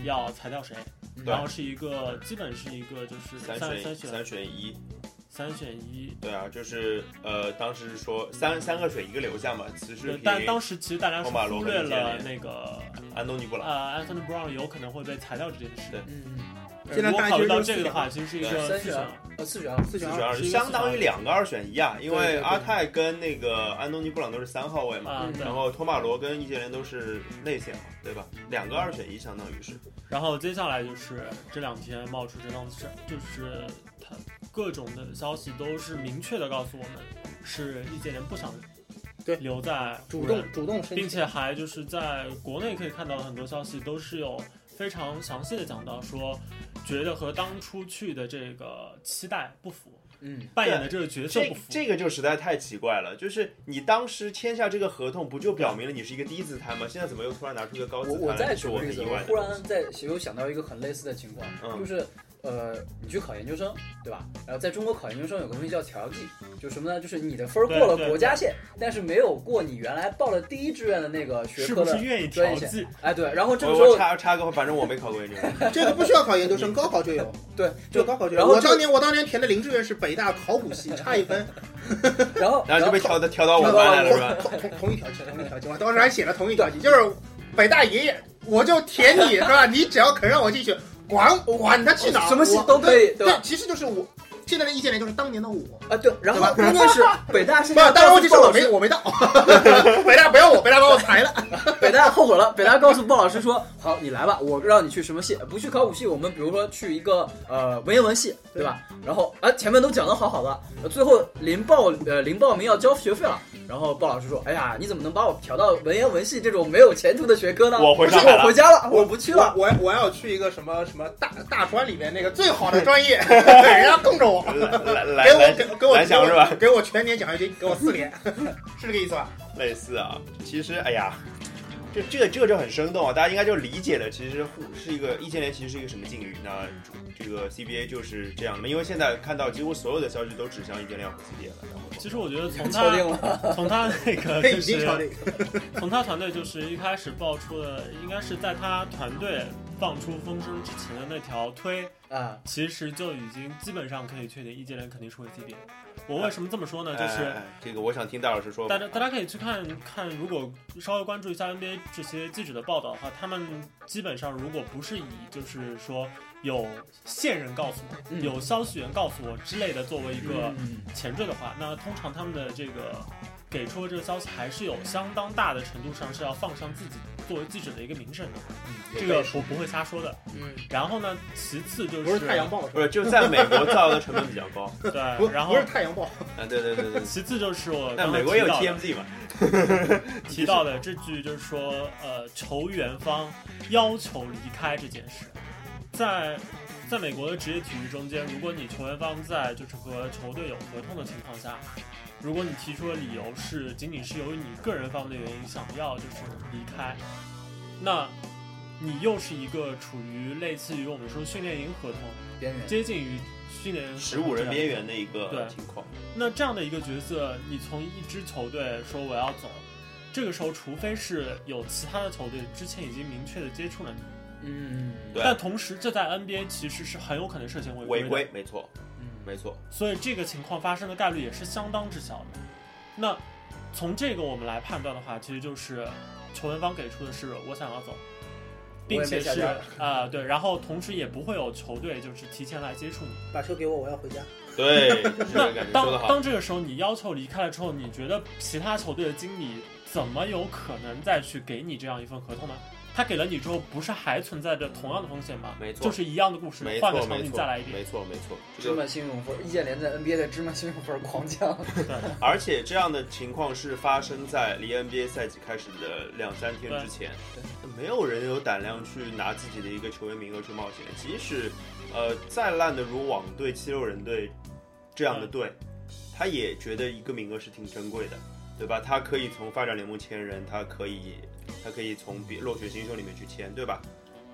Speaker 4: 要裁掉谁，
Speaker 2: 嗯
Speaker 4: 然后是一个基本是一个就是
Speaker 1: 三
Speaker 4: 三
Speaker 1: 选
Speaker 4: 选
Speaker 1: 三选一，
Speaker 4: 三选一
Speaker 1: 对啊，就是呃，当时是说三三个选一个流向嘛，其实
Speaker 4: 对，但当时其实大家是
Speaker 1: 欧马罗
Speaker 4: 忽
Speaker 1: 和
Speaker 4: 略
Speaker 1: 易建
Speaker 4: 了
Speaker 1: 联
Speaker 4: 那个
Speaker 1: 安东尼布朗，
Speaker 4: 呃，Anthony Brown 有可能会被裁掉这件事。
Speaker 1: 对
Speaker 2: 嗯，
Speaker 4: 呃
Speaker 3: 现在
Speaker 4: 如果
Speaker 3: 看来
Speaker 4: 考虑
Speaker 3: 就是
Speaker 4: 到
Speaker 3: 四
Speaker 4: 这个的
Speaker 3: 选
Speaker 4: 话，其实是一个
Speaker 2: 三
Speaker 4: 四
Speaker 2: 选
Speaker 4: 选
Speaker 2: 二
Speaker 4: 二。
Speaker 2: 呃，四选二，
Speaker 3: 四
Speaker 1: 四
Speaker 3: 选
Speaker 1: 选二
Speaker 4: 是一个
Speaker 1: 相当于两个二选一啊，因
Speaker 2: 对对
Speaker 1: 为
Speaker 2: 对
Speaker 1: 阿泰跟那个安东尼布朗都是三号位嘛，
Speaker 4: 啊
Speaker 2: 嗯，
Speaker 4: 对
Speaker 1: 然。后托马罗跟易建联都是内线嘛，对吧？两个二选一相当于是，
Speaker 4: 然后接下来就是这两天冒出这档子事，就是他各种的消息都是明确的告诉我们，是易建联不想
Speaker 3: 对
Speaker 4: 留在
Speaker 3: 主
Speaker 4: 湖人
Speaker 3: 动主动申
Speaker 4: 并
Speaker 3: 请，
Speaker 4: 且还就是在国内可以看到很多消息都是有非常详细的讲到说，觉得和当初去的这个期待不符，
Speaker 2: 嗯，
Speaker 4: 扮演的这个角色
Speaker 1: 这
Speaker 4: 不符。
Speaker 1: 这个就实在太奇怪了，就是你当时签下这个合同，不就表明了你是一个低姿态吗？现在怎么又突然拿出一个高姿
Speaker 2: 我
Speaker 1: 态
Speaker 2: 我
Speaker 1: 来？
Speaker 2: 再
Speaker 1: 这
Speaker 2: 举
Speaker 1: 是我
Speaker 2: 个
Speaker 1: 很
Speaker 2: 例子，
Speaker 1: 意
Speaker 2: 我
Speaker 1: 外的
Speaker 2: 忽。然在又想到一个很类似的情况，
Speaker 1: 嗯
Speaker 2: 就是呃，你去考研究生，对吧？然后在中国考研究生有个东西叫调剂，就什么呢？就是你的分儿过
Speaker 4: 对
Speaker 2: 了
Speaker 4: 对
Speaker 2: 国家线，但是没有过你原来报了第一志愿的那个学
Speaker 4: 是
Speaker 2: 科
Speaker 4: 不
Speaker 2: 的
Speaker 4: 是愿意
Speaker 2: 专
Speaker 4: 调
Speaker 2: 业线。
Speaker 4: 剂？
Speaker 2: 哎，对，然后这个
Speaker 1: 我
Speaker 2: 时候
Speaker 1: 我插插个话，反正我没考过研究生。
Speaker 3: 这个不需要考研究生，高考就有，
Speaker 2: 对，
Speaker 3: 就
Speaker 2: 就
Speaker 3: 高考就有。
Speaker 2: 然后
Speaker 3: 我
Speaker 2: 这
Speaker 3: 当年我当年填的零志愿是北大考古系，差 一分，
Speaker 2: 然后
Speaker 1: 然后就被调到调到我
Speaker 3: 同
Speaker 1: 们班来了，是吧？
Speaker 3: 同同一条街，同一条街，我当时还写了同一条街，就是北大爷爷，我就填你是吧？你只要肯让我进去，管管他去哪儿，
Speaker 2: 哦什么戏
Speaker 3: 我
Speaker 2: 都可以对
Speaker 3: 对
Speaker 2: 吧
Speaker 3: 其实就是我现在的意见人就是当年的我。
Speaker 2: 啊对，然后关键是北大是
Speaker 3: 不，当然问题是
Speaker 2: 啊报
Speaker 3: 我
Speaker 2: 名
Speaker 3: 没我没到， 北大不要我，北大把我裁了。
Speaker 2: 北大后悔了，北大告诉鲍老师说：“好，你来吧，我让你去什么系？不去考古系，我们比如说去一个呃文言文系，对吧？然后啊，前面都讲的好好的，呃最后临报呃临报名要交学费了，然后鲍老师说：哎呀，你怎么能把我调到文言文系这种没有前途的学科呢？
Speaker 1: 我回
Speaker 2: 不是
Speaker 1: 上海了
Speaker 2: 我回家了，啊我不去了。
Speaker 3: 我我要去一个什么什么大大专里面那个最 好的专业，对人家供着我，
Speaker 1: 来来
Speaker 3: 给我
Speaker 1: 来
Speaker 3: 给给我
Speaker 1: 来想是吧？
Speaker 3: 给我全年奖学金，给我四年， 是这个意思吧？
Speaker 1: 类似啊，其实哎呀，这这个这个就很生动啊，大家应该就理解了，其实互是一个易建联其实是一个什么境遇？那这个 CBA 就是这样的，因为现在看到几乎所有的消息都指向易建联和 CBA 了，然后
Speaker 4: 其实我觉 得从
Speaker 2: 敲定
Speaker 4: 他
Speaker 2: 了，
Speaker 4: 从他 那个
Speaker 3: 可以
Speaker 4: 就
Speaker 3: 已经敲
Speaker 4: 是
Speaker 3: 定。
Speaker 4: 从他团队就是一开始爆出的，应该是在他团队放出风声之前的那条推，
Speaker 2: 啊，
Speaker 4: 其实就已经基本上可以确定易建联肯定是会 CBA。我为什么这么说呢？就
Speaker 1: 哎
Speaker 4: 是
Speaker 1: 哎哎这个，我想听戴老师说
Speaker 4: 大家大家可以去看看，如果稍微关注一下 NBA 这些记者的报道的话，他们基本上如果不是以就是说有线人告诉我、
Speaker 2: 嗯
Speaker 4: 有消息源告诉我之类的作为一个
Speaker 2: 嗯
Speaker 4: 前缀的话，那通常他们的这个给出的这个消息还是有相当大的程度上是要放上自己作为记者的一个名声的，
Speaker 1: 嗯
Speaker 4: 这个我不会瞎说的。
Speaker 3: 嗯，
Speaker 4: 然后呢，其次就是
Speaker 3: 不是太阳报是
Speaker 1: 不
Speaker 3: 吧？
Speaker 1: 是就在美国造谣的成本比较 高
Speaker 4: 对，
Speaker 3: 不，
Speaker 4: 然
Speaker 3: 不
Speaker 4: 后
Speaker 3: 是太阳报，
Speaker 1: 啊，对对对对。
Speaker 4: 其次就是我
Speaker 1: 但
Speaker 4: 刚
Speaker 1: 哎美
Speaker 4: 才提
Speaker 1: 国也有
Speaker 4: 到的
Speaker 1: TMZ 嘛，
Speaker 4: 提到的这句就是说，呃，球员方要求离开这件事，在在美国的职业体育中间，如果你球员方在就是和球队有合同的情况下，如果你提出的理由是仅仅是由于你个人方面的原因想要就是离开，那你又是一个处于类似于我们说训练营合同，
Speaker 2: 边缘，
Speaker 4: 接近于训练营合同
Speaker 1: 十五人
Speaker 4: 这样
Speaker 1: 边缘的一个
Speaker 4: 对
Speaker 1: 情况，
Speaker 4: 那这样的一个角色，你从一支球队说我要走，这个时候除非是有其他的球队之前已经明确的接触了你，
Speaker 2: 嗯，
Speaker 1: 对
Speaker 4: 但同时这在 NBA 其实是很有可能涉嫌违
Speaker 1: 违
Speaker 4: 的
Speaker 1: 规，没错，
Speaker 2: 嗯，
Speaker 1: 没 错，
Speaker 4: 所以这个情况发生的概率也是相当之小的。那从这个我们来判断的话，其实就是球员方给出的是我想要走，并且
Speaker 2: 我也没
Speaker 4: 是
Speaker 2: 下家
Speaker 4: 啊、对，然后同时也不会有球队就是提前来接触你。
Speaker 3: 把车给我，我要回家。
Speaker 1: 对，就是这
Speaker 4: 那
Speaker 1: 个感觉说得
Speaker 4: 当
Speaker 1: 好，
Speaker 4: 当这个时候你要求离开了之后，你觉得其他球队的经理怎么有可能再去给你这样一份合同呢？他给了你之后，不是还存在着同样的风险吗？
Speaker 1: 没错
Speaker 4: 就是一样的故事
Speaker 1: 没，
Speaker 4: 换个
Speaker 1: 错
Speaker 4: 场
Speaker 1: 没
Speaker 4: 景
Speaker 1: 错
Speaker 4: 再来一，
Speaker 1: 没
Speaker 4: 遍。
Speaker 1: 错没错，这
Speaker 2: 芝
Speaker 1: 个
Speaker 2: 麻信用分，易建联在 NBA 的芝麻信用分狂降，
Speaker 1: 而且这样的情况是发生在离 NBA 赛季开始的两三天之前
Speaker 2: 对，
Speaker 1: 没有人有胆量去拿自己的一个球员名额去冒险，即使呃再烂的如网队、七六人队这样的队，他也觉得一个名额是挺珍贵的，对吧？他可以从发展联盟签人，他可以他可以从别落选新秀里面去签，对吧？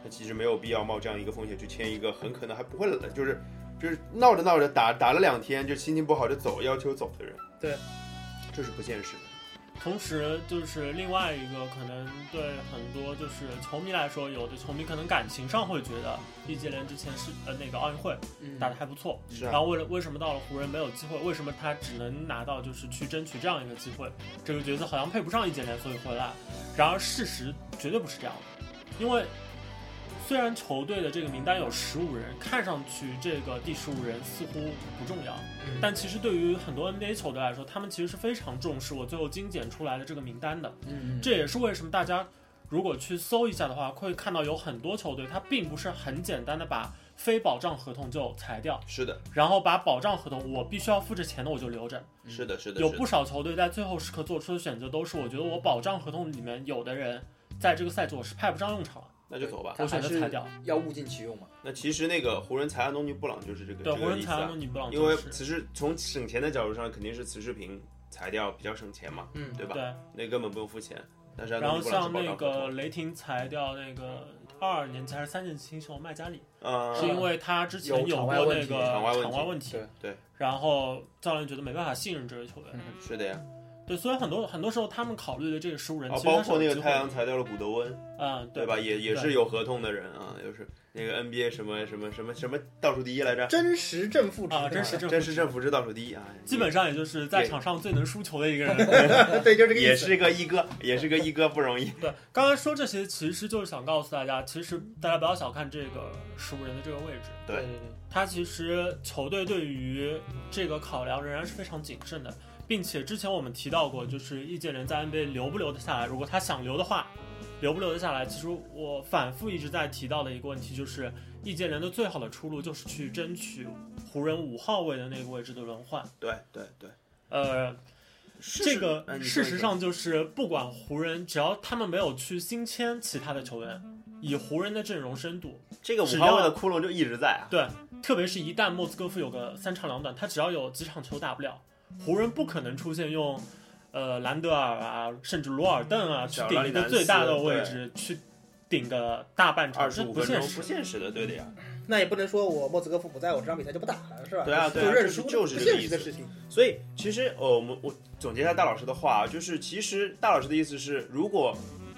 Speaker 1: 他其实没有必要冒这样一个风险去签一个很可能还不会就是就是闹着闹着打打了两天就心情不好就走要求走的人，
Speaker 3: 对，
Speaker 1: 这是不现实的。
Speaker 4: 同时，就是另外一个可能对很多就是球迷来说，有的球迷可能感情上会觉得易建联之前是呃那个奥运会
Speaker 2: 嗯
Speaker 4: 打得还不错，
Speaker 1: 是
Speaker 4: 然
Speaker 1: 啊，
Speaker 4: 后为了为什么到了湖人没有机会？为什么他只能拿到就是去争取这样一个机会？这个角色好像配不上易建联，所以回来。然而事实绝对不是这样的，因为虽然球队的这个名单有十五人，看上去这个第十五人似乎不重要，但其实对于很多 NBA 球队来说，他们其实是非常重视我最后精简出来的这个名单的。
Speaker 2: 嗯，
Speaker 4: 这也是为什么大家如果去搜一下的话，会看到有很多球队它并不是很简单的把非保障合同就裁掉。
Speaker 1: 是的，
Speaker 4: 然后把保障合同，我必须要付这钱的我就留着。
Speaker 1: 是的，是的，
Speaker 4: 有
Speaker 1: 是的
Speaker 4: 不少球队在最后时刻做出的选择都是，我觉得我保障合同里面有的人在这个赛季我是派不上用场了，
Speaker 1: 那就走吧。
Speaker 2: 他
Speaker 4: 我选
Speaker 2: 还
Speaker 4: 择
Speaker 2: 是
Speaker 4: 裁掉。
Speaker 2: 要物尽其用嘛。
Speaker 1: 那其实那个湖人裁了东尼布朗就是这个
Speaker 4: 对，
Speaker 1: 这
Speaker 4: 湖
Speaker 1: 个
Speaker 4: 人
Speaker 1: 意思
Speaker 4: 裁了
Speaker 1: 啊，
Speaker 4: 东尼布朗
Speaker 1: 因为
Speaker 4: 就是
Speaker 1: 此时从省钱的角度上，肯定是此视频裁掉比较省钱嘛，
Speaker 3: 嗯
Speaker 1: 对吧？
Speaker 4: 对，
Speaker 1: 那根本不用付钱。但是
Speaker 4: 然
Speaker 1: 安东
Speaker 4: 后
Speaker 1: 尼布朗是
Speaker 4: 像
Speaker 1: 报
Speaker 4: 那
Speaker 1: 到合
Speaker 4: 个
Speaker 1: 同，
Speaker 4: 雷霆裁掉那个二二年级还是三年级新秀麦加里，是
Speaker 1: 嗯，
Speaker 4: 因为他之前
Speaker 2: 有
Speaker 4: 有
Speaker 2: 场
Speaker 4: 过
Speaker 2: 外问
Speaker 4: 那
Speaker 2: 题
Speaker 4: 个
Speaker 1: 场外问题
Speaker 4: 外问题，
Speaker 1: 对对
Speaker 4: 然后教练觉得没办法信任这位球员，
Speaker 1: 是的呀。
Speaker 4: 对，所以很多很多时候他们考虑的这个十五人，
Speaker 1: 啊
Speaker 4: 嗯其，实
Speaker 1: 包
Speaker 4: 他是
Speaker 1: 括
Speaker 4: 有
Speaker 1: 那
Speaker 4: 机
Speaker 1: 个
Speaker 4: 会
Speaker 1: 太阳
Speaker 4: 的，
Speaker 1: 裁掉了古德温，
Speaker 4: 嗯，
Speaker 1: 对
Speaker 4: 对
Speaker 1: 吧？也也
Speaker 4: 对
Speaker 1: 是有合同的人啊，就是那个 NBA 什么什么什么什么倒数第一来着，
Speaker 3: 真实正负值
Speaker 4: 啊，真实
Speaker 3: 是吧
Speaker 4: 正
Speaker 1: 真实政府是倒数第一啊，
Speaker 4: 基本上也就是在
Speaker 1: 也
Speaker 4: 场上最能输球的一个人。
Speaker 3: 对，就这个意
Speaker 1: 也
Speaker 3: 思。
Speaker 1: 是个一哥，也是个一哥不容易。
Speaker 4: 对，刚才说这些其实就是想告诉大家，其实大家不要小看这个十五人的这个位置，
Speaker 1: 对
Speaker 3: 对对，
Speaker 4: 他其实球队对于这个考量仍然是非常谨慎的，并且之前我们提到过，就是易建联在 NBA 留不留得下来，如果他想留的话，留不留得下来，其实我反复一直在提到的一个问题就是，易建联的最好的出路就是去争取湖人五号位的那个位置的轮换，
Speaker 1: 对对对，
Speaker 4: 呃，这个
Speaker 1: 哎你说
Speaker 4: 事实上就是，不管湖人，只要他们没有去新签其他的球员，以湖人的阵容深度，
Speaker 1: 这个五
Speaker 4: 只
Speaker 1: 号位
Speaker 4: 要
Speaker 1: 的窟窿就一直在啊。
Speaker 4: 对，特别是一旦莫斯科夫有个三长两短，他只要有几场球打不了，湖人不可能出现用，呃，兰德尔啊，甚至罗尔邓啊去
Speaker 1: 小拉
Speaker 4: 顶
Speaker 1: 里
Speaker 4: 一个
Speaker 1: 南
Speaker 4: 最大
Speaker 1: 斯
Speaker 4: 的位
Speaker 1: 对
Speaker 4: 置去顶个大半场，
Speaker 1: 二
Speaker 4: 这
Speaker 1: 十五
Speaker 4: 不
Speaker 1: 分
Speaker 4: 现
Speaker 1: 钟
Speaker 4: 实
Speaker 1: 不。现实的，对的呀。
Speaker 3: 那也不能说我莫斯科夫不在我这场比赛就不打了，是吧？
Speaker 1: 对啊对啊
Speaker 3: 就认
Speaker 1: 就是
Speaker 3: 输，
Speaker 1: 就是
Speaker 3: 不
Speaker 1: 这个
Speaker 3: 现实的
Speaker 1: 意思
Speaker 3: 事情。
Speaker 1: 所以其实呃，我们我总结一下大老师的话，就是其实大老师的意思是，如果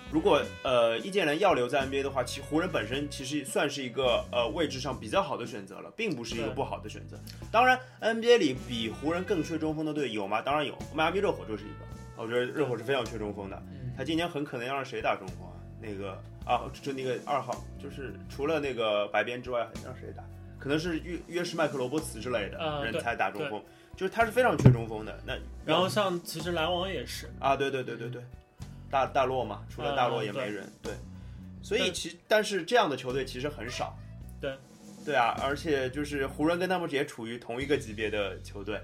Speaker 1: 如果呃易建联要留在 NBA 的话，其湖人本身其实算是一个呃位置上比较好的选择了，并不是一个
Speaker 4: 对
Speaker 1: 不好的选择。当然 NBA 里比湖人更缺中锋的队有吗？当然有，迈阿密热火就是一个。我觉得热火是非常缺中锋的，
Speaker 4: 嗯
Speaker 1: 他今年很可能要让谁打中锋啊？那个啊，就那个二号，就是除了那个白边之外，让谁打？可能是约约什麦克罗伯茨之类的
Speaker 4: 呃
Speaker 1: 人
Speaker 4: 对
Speaker 1: 才打中
Speaker 4: 对
Speaker 1: 锋，就是他是非常缺中锋的。那
Speaker 4: 然后像其实篮网也是，
Speaker 1: 啊，对对对对对，大大洛嘛，除了大洛
Speaker 4: 嗯
Speaker 1: 也
Speaker 4: 对
Speaker 1: 没人，对。所以
Speaker 4: 对
Speaker 1: 其但是这样的球队其实很少，
Speaker 4: 对
Speaker 1: 对啊，而且就是湖人跟他们也处于同一个级别的球队，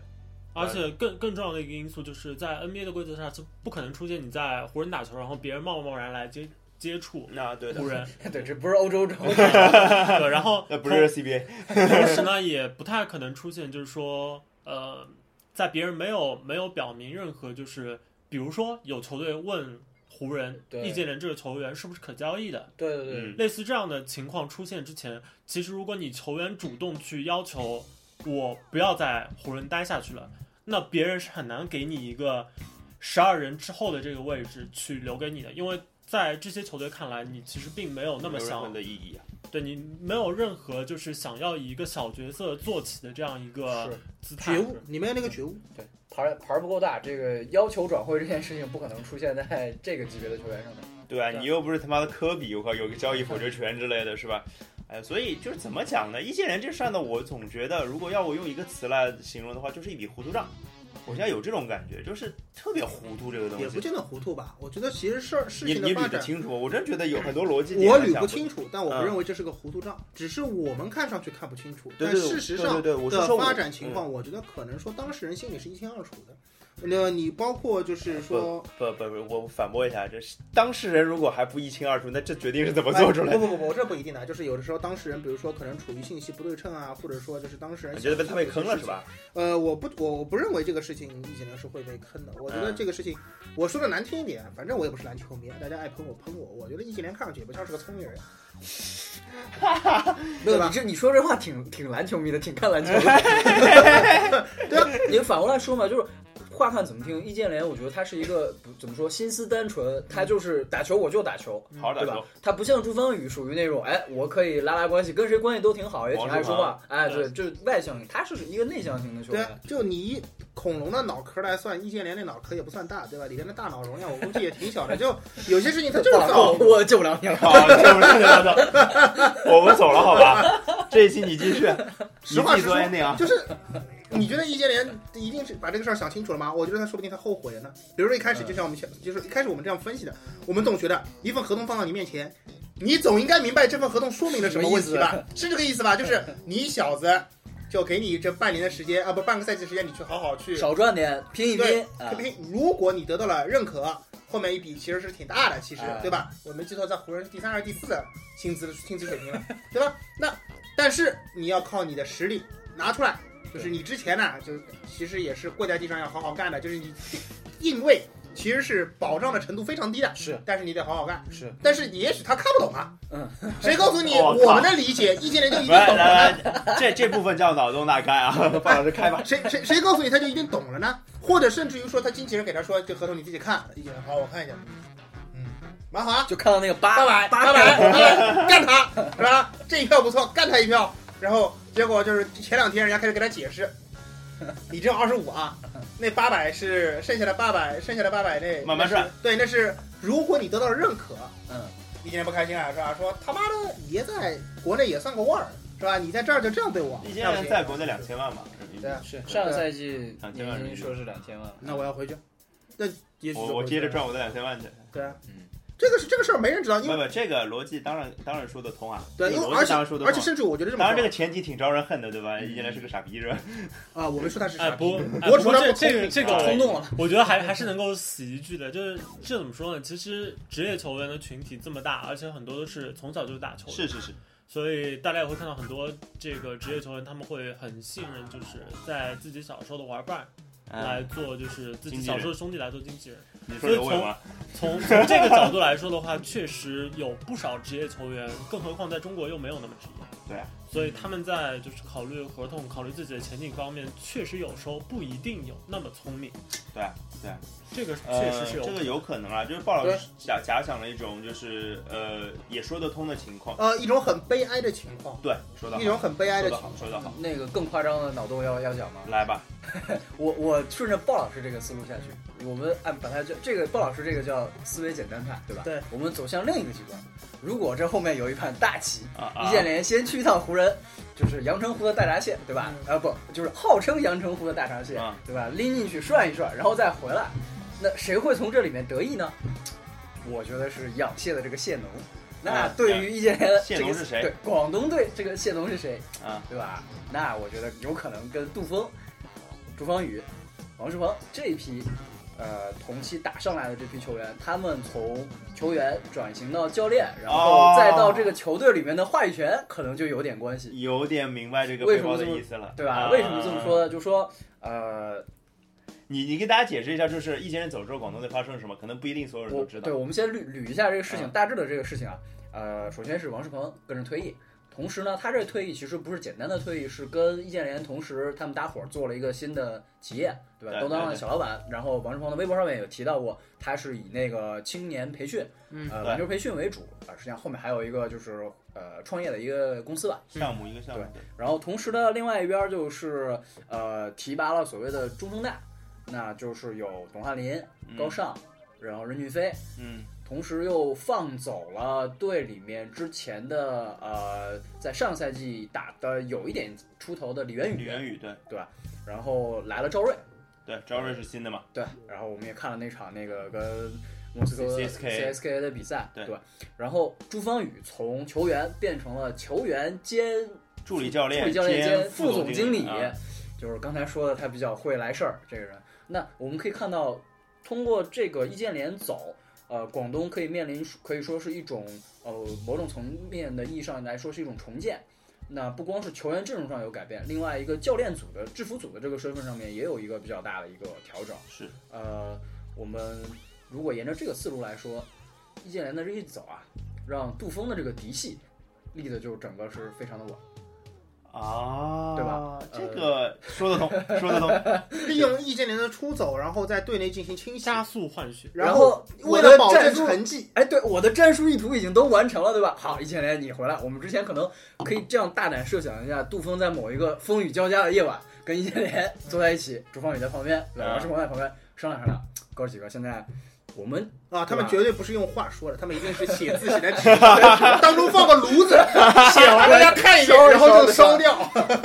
Speaker 4: 而且更更重要的一个因素就是在 NBA 的规则下是不可能出现你在湖人打球，然后别人贸贸然来接接触
Speaker 1: 那对的
Speaker 4: 湖，人，
Speaker 2: 对，这不是欧洲洲。
Speaker 4: 对，然后
Speaker 1: 那不是 CBA，
Speaker 4: 同同时呢，也不太可能出现，就是说，呃，在别人没有没有表明任何，就是比如说有球队问湖人
Speaker 2: 对
Speaker 4: 易建联这个球员是不是可交易的，
Speaker 2: 对对对，
Speaker 1: 嗯，
Speaker 4: 类似这样的情况出现之前，其实如果你球员主动去要求我不要在湖人待下去了，那别人是很难给你一个十二人之后的这个位置去留给你的，因为在这些球队看来，你其实并没有那
Speaker 1: 没
Speaker 4: 么
Speaker 1: 有任
Speaker 4: 想
Speaker 1: 何的意义啊，
Speaker 4: 对你没有任何就是想要以一个小角色做起的这样一个
Speaker 2: 是
Speaker 4: 姿态
Speaker 3: 觉。悟，你们有那个觉悟，
Speaker 2: 呃牌儿牌儿不够大，这个要求转会这件事情不可能出现在这个级别的球员上面。
Speaker 1: 对啊，
Speaker 4: 对
Speaker 1: 你又不是他妈的科比，我靠，有个交易否决权之类的是吧？哎，所以就是怎么讲呢？易建联这事儿呢，我总觉得如果要我用一个词来形容的话，就是一笔糊涂账。我现在有这种感觉，就是特别糊涂这个东西，
Speaker 3: 也不见得糊涂吧？我觉得其实事儿事
Speaker 1: 你
Speaker 3: 情的
Speaker 1: 你
Speaker 3: 发
Speaker 1: 捋得
Speaker 3: 展，
Speaker 1: 清楚，我真觉得有很多逻辑点
Speaker 3: 我
Speaker 1: 很
Speaker 3: 捋
Speaker 1: 想
Speaker 3: 不清楚，但我
Speaker 1: 嗯
Speaker 3: 不认为这是个糊涂账，只是我们看上去看不清楚，
Speaker 1: 对
Speaker 3: 但
Speaker 1: 对对
Speaker 3: 事实
Speaker 1: 对对
Speaker 3: 上
Speaker 1: 对我是
Speaker 3: 的
Speaker 1: 说我嗯
Speaker 3: 发展情况，我觉得可能说当事人心里是一清二楚的。那你包括就是说，
Speaker 1: 嗯不不不，我反驳一下，这是当事人如果还不一清二楚，那这决定是怎么做出来
Speaker 3: 哎
Speaker 1: 的？
Speaker 3: 不不不不，这不一定的，就是有的时候当事人，比如说可能处于信息不对称啊，或者说就是当事人
Speaker 1: 你觉得被他被坑了是吧？
Speaker 3: 呃，我不，我我不认为这个事情易建联是会被坑的。我觉得
Speaker 1: 嗯
Speaker 3: 这个事情，我说的难听一点，反正我也不是篮球迷，啊大家爱喷我喷我。我觉得易建联看上去也不像是个聪明 人，对
Speaker 2: 对
Speaker 3: 吧
Speaker 2: 你这你说这话挺挺篮球迷的，挺看篮球的。 对啊，你反过来说嘛，就是话看怎么听。易建联，我觉得他是一个不怎么说，心思单纯，他就是打球我就打球，
Speaker 3: 嗯
Speaker 1: 好好嗯打
Speaker 2: 对吧
Speaker 1: 球，？
Speaker 2: 他不像朱芳雨属于那种，哎，我可以拉拉关系，跟谁关系都挺好，也挺爱说话，哎，对，就是外向型，他是一个内向型的球
Speaker 3: 对
Speaker 2: 员
Speaker 3: 啊。，就你以恐龙的脑壳来算，易建联那脑壳也不算大，对吧？里面的大脑容量我估计也挺小的，就有些事情他 就是
Speaker 2: 不好
Speaker 3: 造
Speaker 2: 意思我救不了你了。
Speaker 1: 好，就是我们走了，好吧？这一期你继续，
Speaker 3: 实话
Speaker 1: 你自己
Speaker 3: 实
Speaker 1: 做
Speaker 3: 说
Speaker 1: ending 啊。
Speaker 3: 就是你觉得易建联一定是把这个事儿想清楚了吗？我觉得他说不定他后悔了呢。比如说一开始就像我们前，就是一开始我们这样分析的，我们总觉得一份合同放到你面前，你总应该明白这份合同说明了什么问题吧？是这个意思吧？ 就是你小子就给你这半年的时间啊，不半个赛季的时间，你去好好去
Speaker 2: 少赚点，拼一
Speaker 3: 对
Speaker 2: 拼啊！
Speaker 3: 拼。如果你得到了认可，后面一笔其实是挺大的，其实
Speaker 2: 哎
Speaker 3: 对吧？我没记错，在湖人是第三还是第四的薪资薪资水平了，对吧？那但是你要靠你的实力拿出来，就是你之前呢，就其实也是跪在地上要好好干的，就是你定位其实是保障的程度非常低的，
Speaker 2: 是
Speaker 3: 但是你得好好干。
Speaker 2: 是，
Speaker 3: 但是你也许他看不懂啊，
Speaker 2: 嗯，
Speaker 3: 谁 告诉你
Speaker 1: 我靠
Speaker 3: 我们的理解，易建联就一定啊
Speaker 1: 来
Speaker 3: 懂了呢？
Speaker 1: 来来，这这部分叫脑洞大 开啊，范老师开吧。
Speaker 3: 谁谁谁告诉你他就一定懂了呢？或者甚至于说他经纪人给他说这合同你自己看，易建联好我看一下，嗯，蛮好 啊，
Speaker 2: 就看到那个八
Speaker 3: 八百八百 八百干他是吧？这一票不错，干他一票。然后结果就是前两天人家开始给他解释，你这二十五啊，那八百是剩下的八百，剩下的八百那
Speaker 1: 慢慢
Speaker 3: 那是
Speaker 1: 赚
Speaker 3: 对，那是如果你得到认可，
Speaker 2: 嗯，
Speaker 3: 易建联不开心啊，是吧？说他妈的爷在国内也算个腕儿，是吧？你在这儿就这样对我，
Speaker 1: 易建联在国内两千万嘛，人民币
Speaker 3: 对啊
Speaker 2: 是
Speaker 3: 上个赛
Speaker 2: 季
Speaker 1: 2000万年薪说
Speaker 2: 是两千万，
Speaker 3: 那我要回去，那也许就
Speaker 1: 我我
Speaker 3: 回去
Speaker 1: 接着
Speaker 3: 了
Speaker 1: 赚我的两千万去。
Speaker 3: 对啊，
Speaker 2: 嗯
Speaker 3: 这个是这个事儿没人知道，因
Speaker 1: 不
Speaker 3: 为
Speaker 1: 不，这个逻辑当然当然说得通啊，
Speaker 3: 对，
Speaker 1: 这
Speaker 3: 因
Speaker 1: 个
Speaker 3: 为
Speaker 1: 逻
Speaker 3: 而
Speaker 1: 辑
Speaker 3: 且
Speaker 1: 当然说得
Speaker 3: 而且
Speaker 1: 通啊。
Speaker 3: 甚至我觉得这么
Speaker 1: 当然，这
Speaker 3: 说嗯
Speaker 1: 个前提挺招人恨的，对吧？易建联是个傻逼，是 吧？
Speaker 3: 啊，我没说他是
Speaker 4: 哎
Speaker 3: 傻逼，
Speaker 4: 不，哎
Speaker 3: 我
Speaker 4: 不
Speaker 3: 主
Speaker 4: 过
Speaker 3: 张
Speaker 4: 这
Speaker 3: 不
Speaker 4: 这个这
Speaker 1: 啊
Speaker 4: 个
Speaker 2: 冲动了，
Speaker 4: 我觉得还还是能够洗一句的，就是这怎么说呢？其实职业球员的群体这么大，而且很多都是从小就打球的，
Speaker 1: 是是是，
Speaker 4: 所以大家也会看到很多这个职业球员，他们会很信任，就是在自己小时候的玩伴来
Speaker 3: 哎
Speaker 1: 嗯，
Speaker 4: 做，就是自己
Speaker 1: 经纪
Speaker 4: 小
Speaker 1: 人
Speaker 4: 时候的兄弟来做经纪人。
Speaker 1: 你说的我有吗？
Speaker 4: 从从这个角度来说的话，确实有不少职业球员，更何况在中国又没有那么职业。
Speaker 1: 对啊
Speaker 4: 所以他们在就是考虑合同、考虑自己的前景方面，确实有时候不一定有那么聪明。
Speaker 1: 对啊对啊
Speaker 4: 这个确
Speaker 1: 呃
Speaker 4: 实是，有。
Speaker 1: 这个有可能啊，就是鲍老师假假想了一种就是呃也说得通的情况。
Speaker 3: 呃，一种很悲哀的情况，
Speaker 1: 对，说得
Speaker 3: 一
Speaker 1: 好，
Speaker 3: 种很悲哀
Speaker 1: 说
Speaker 3: 的
Speaker 1: 得
Speaker 3: 情
Speaker 1: 好，说得好，
Speaker 2: 那个更夸张的脑洞要要讲吗？
Speaker 1: 来吧，
Speaker 2: 我我顺着鲍老师这个思路下去，我们按把它叫这个鲍老师这个叫思维简单派，对吧？
Speaker 3: 对，
Speaker 2: 我们走向另一个极端。如果这后面有一盘大棋，
Speaker 1: 啊啊
Speaker 2: 易，建联先去一趟湖人，就是阳澄湖的大闸蟹，对吧？啊不，就是号称阳澄湖的大闸蟹
Speaker 1: 嗯啊，
Speaker 2: 对吧？拎进去涮一涮，然后再回来，那谁会从这里面得益呢？我觉得是养蟹的这个蟹农。那
Speaker 1: 啊
Speaker 2: 对于易建联，
Speaker 1: 蟹
Speaker 2: 这个
Speaker 1: 农是谁
Speaker 2: 对，广东队这个蟹农是谁？
Speaker 1: 啊，
Speaker 2: 对吧？那我觉得有可能跟杜峰、朱芳雨、王仕鹏这一批，呃，同期打上来的这批球员，他们从球员转型到教练，然后
Speaker 1: 哦
Speaker 2: 再到这个球队里面的话语权，可能就有点关系，
Speaker 1: 有点明白这个
Speaker 2: 为
Speaker 1: 背
Speaker 2: 什
Speaker 1: 包
Speaker 2: 么
Speaker 1: 的
Speaker 2: 这么
Speaker 1: 意思了，
Speaker 2: 对吧？
Speaker 1: 啊
Speaker 2: 为什么这么说？呢？就说，呃，
Speaker 1: 你你给大家解释一下，就是易建联走之后，广东队发生了什么？可能不一定所有人
Speaker 2: 我
Speaker 1: 都知道
Speaker 2: 对，。我们先捋捋一下这个事情，
Speaker 1: 嗯
Speaker 2: 大致的这个事情啊。呃，首先是王仕鹏跟着退役，同时呢，他这个退役其实不是简单的退役，是跟易建联同时他们搭伙做了一个新的企业，对吧？
Speaker 1: 对
Speaker 2: 都当
Speaker 1: 对
Speaker 2: 了
Speaker 1: 对嗯
Speaker 2: 小老板。然后王仕鹏的微博上面有提到过，他是以那个青年培训，
Speaker 3: 嗯
Speaker 2: 呃，
Speaker 1: 对
Speaker 2: 篮球培训为主啊、实际上后面还有一个就是呃创业的一个公司吧。
Speaker 1: 项目一个项目，对
Speaker 2: 然后同时呢，另外一边就是呃提拔了所谓的中生代，那就是有董翰林、高，尚，然后任俊飞。
Speaker 1: 嗯
Speaker 2: 同时又放走了队里面之前的呃，在上赛季打的有一点出头的李元
Speaker 1: 嗯，
Speaker 2: 宇，
Speaker 1: 李元宇对
Speaker 2: 然后来了赵睿，
Speaker 1: 对，赵睿是新的嘛？
Speaker 2: 对，然后我们也看了那场那个跟莫斯科
Speaker 1: CSKA
Speaker 2: CSK 的比赛，
Speaker 1: 对
Speaker 2: 吧？然后朱芳雨从球员变成了球员兼
Speaker 1: 助理教练，
Speaker 2: 助理教练兼
Speaker 1: 副
Speaker 2: 副总经理，
Speaker 1: 啊
Speaker 2: 就是刚才说的，他比较会来事儿这个人。那我们可以看到，通过这个易建联走，呃，广东可以面临可以说是一种呃某种层面的意义上来说是一种重建。那不光是球员阵容上有改变，另外一个教练组的制服组的这个身份上面也有一个比较大的一个调整。
Speaker 1: 是
Speaker 2: 呃，我们如果沿着这个思路来说，易建联的这一走啊，让杜峰的这个嫡系立的就整个是非常的稳。
Speaker 1: 啊，
Speaker 2: 对吧？呃
Speaker 1: 这个说得通，说得通。
Speaker 3: 利用易建联的出走，然后在队内进行清洗，
Speaker 4: 加速换血，
Speaker 3: 然
Speaker 2: 后
Speaker 3: 为
Speaker 2: 我
Speaker 3: 了
Speaker 2: 的
Speaker 3: 保
Speaker 2: 战
Speaker 3: 证
Speaker 2: 术
Speaker 3: 成绩，
Speaker 2: 哎，对，我的战术意图已经都完成了，对吧？好，易建联，你回来。我们之前可能可以这样大胆设想一下，杜峰在某一个风雨交加的夜晚，跟易建联坐在一起，朱芳雨在旁边，对
Speaker 1: 嗯
Speaker 2: 吧
Speaker 3: 啊
Speaker 2: 王仕鹏在旁边，商量商量，哥几个，现在我们
Speaker 3: 啊，他
Speaker 2: 对
Speaker 3: 们
Speaker 2: 吧
Speaker 3: 绝对不是用话说的，他们一定是写字 写在纸上，当中放个炉子，写完啊了大家看一眼，
Speaker 2: 烧一烧
Speaker 3: 然后就烧掉。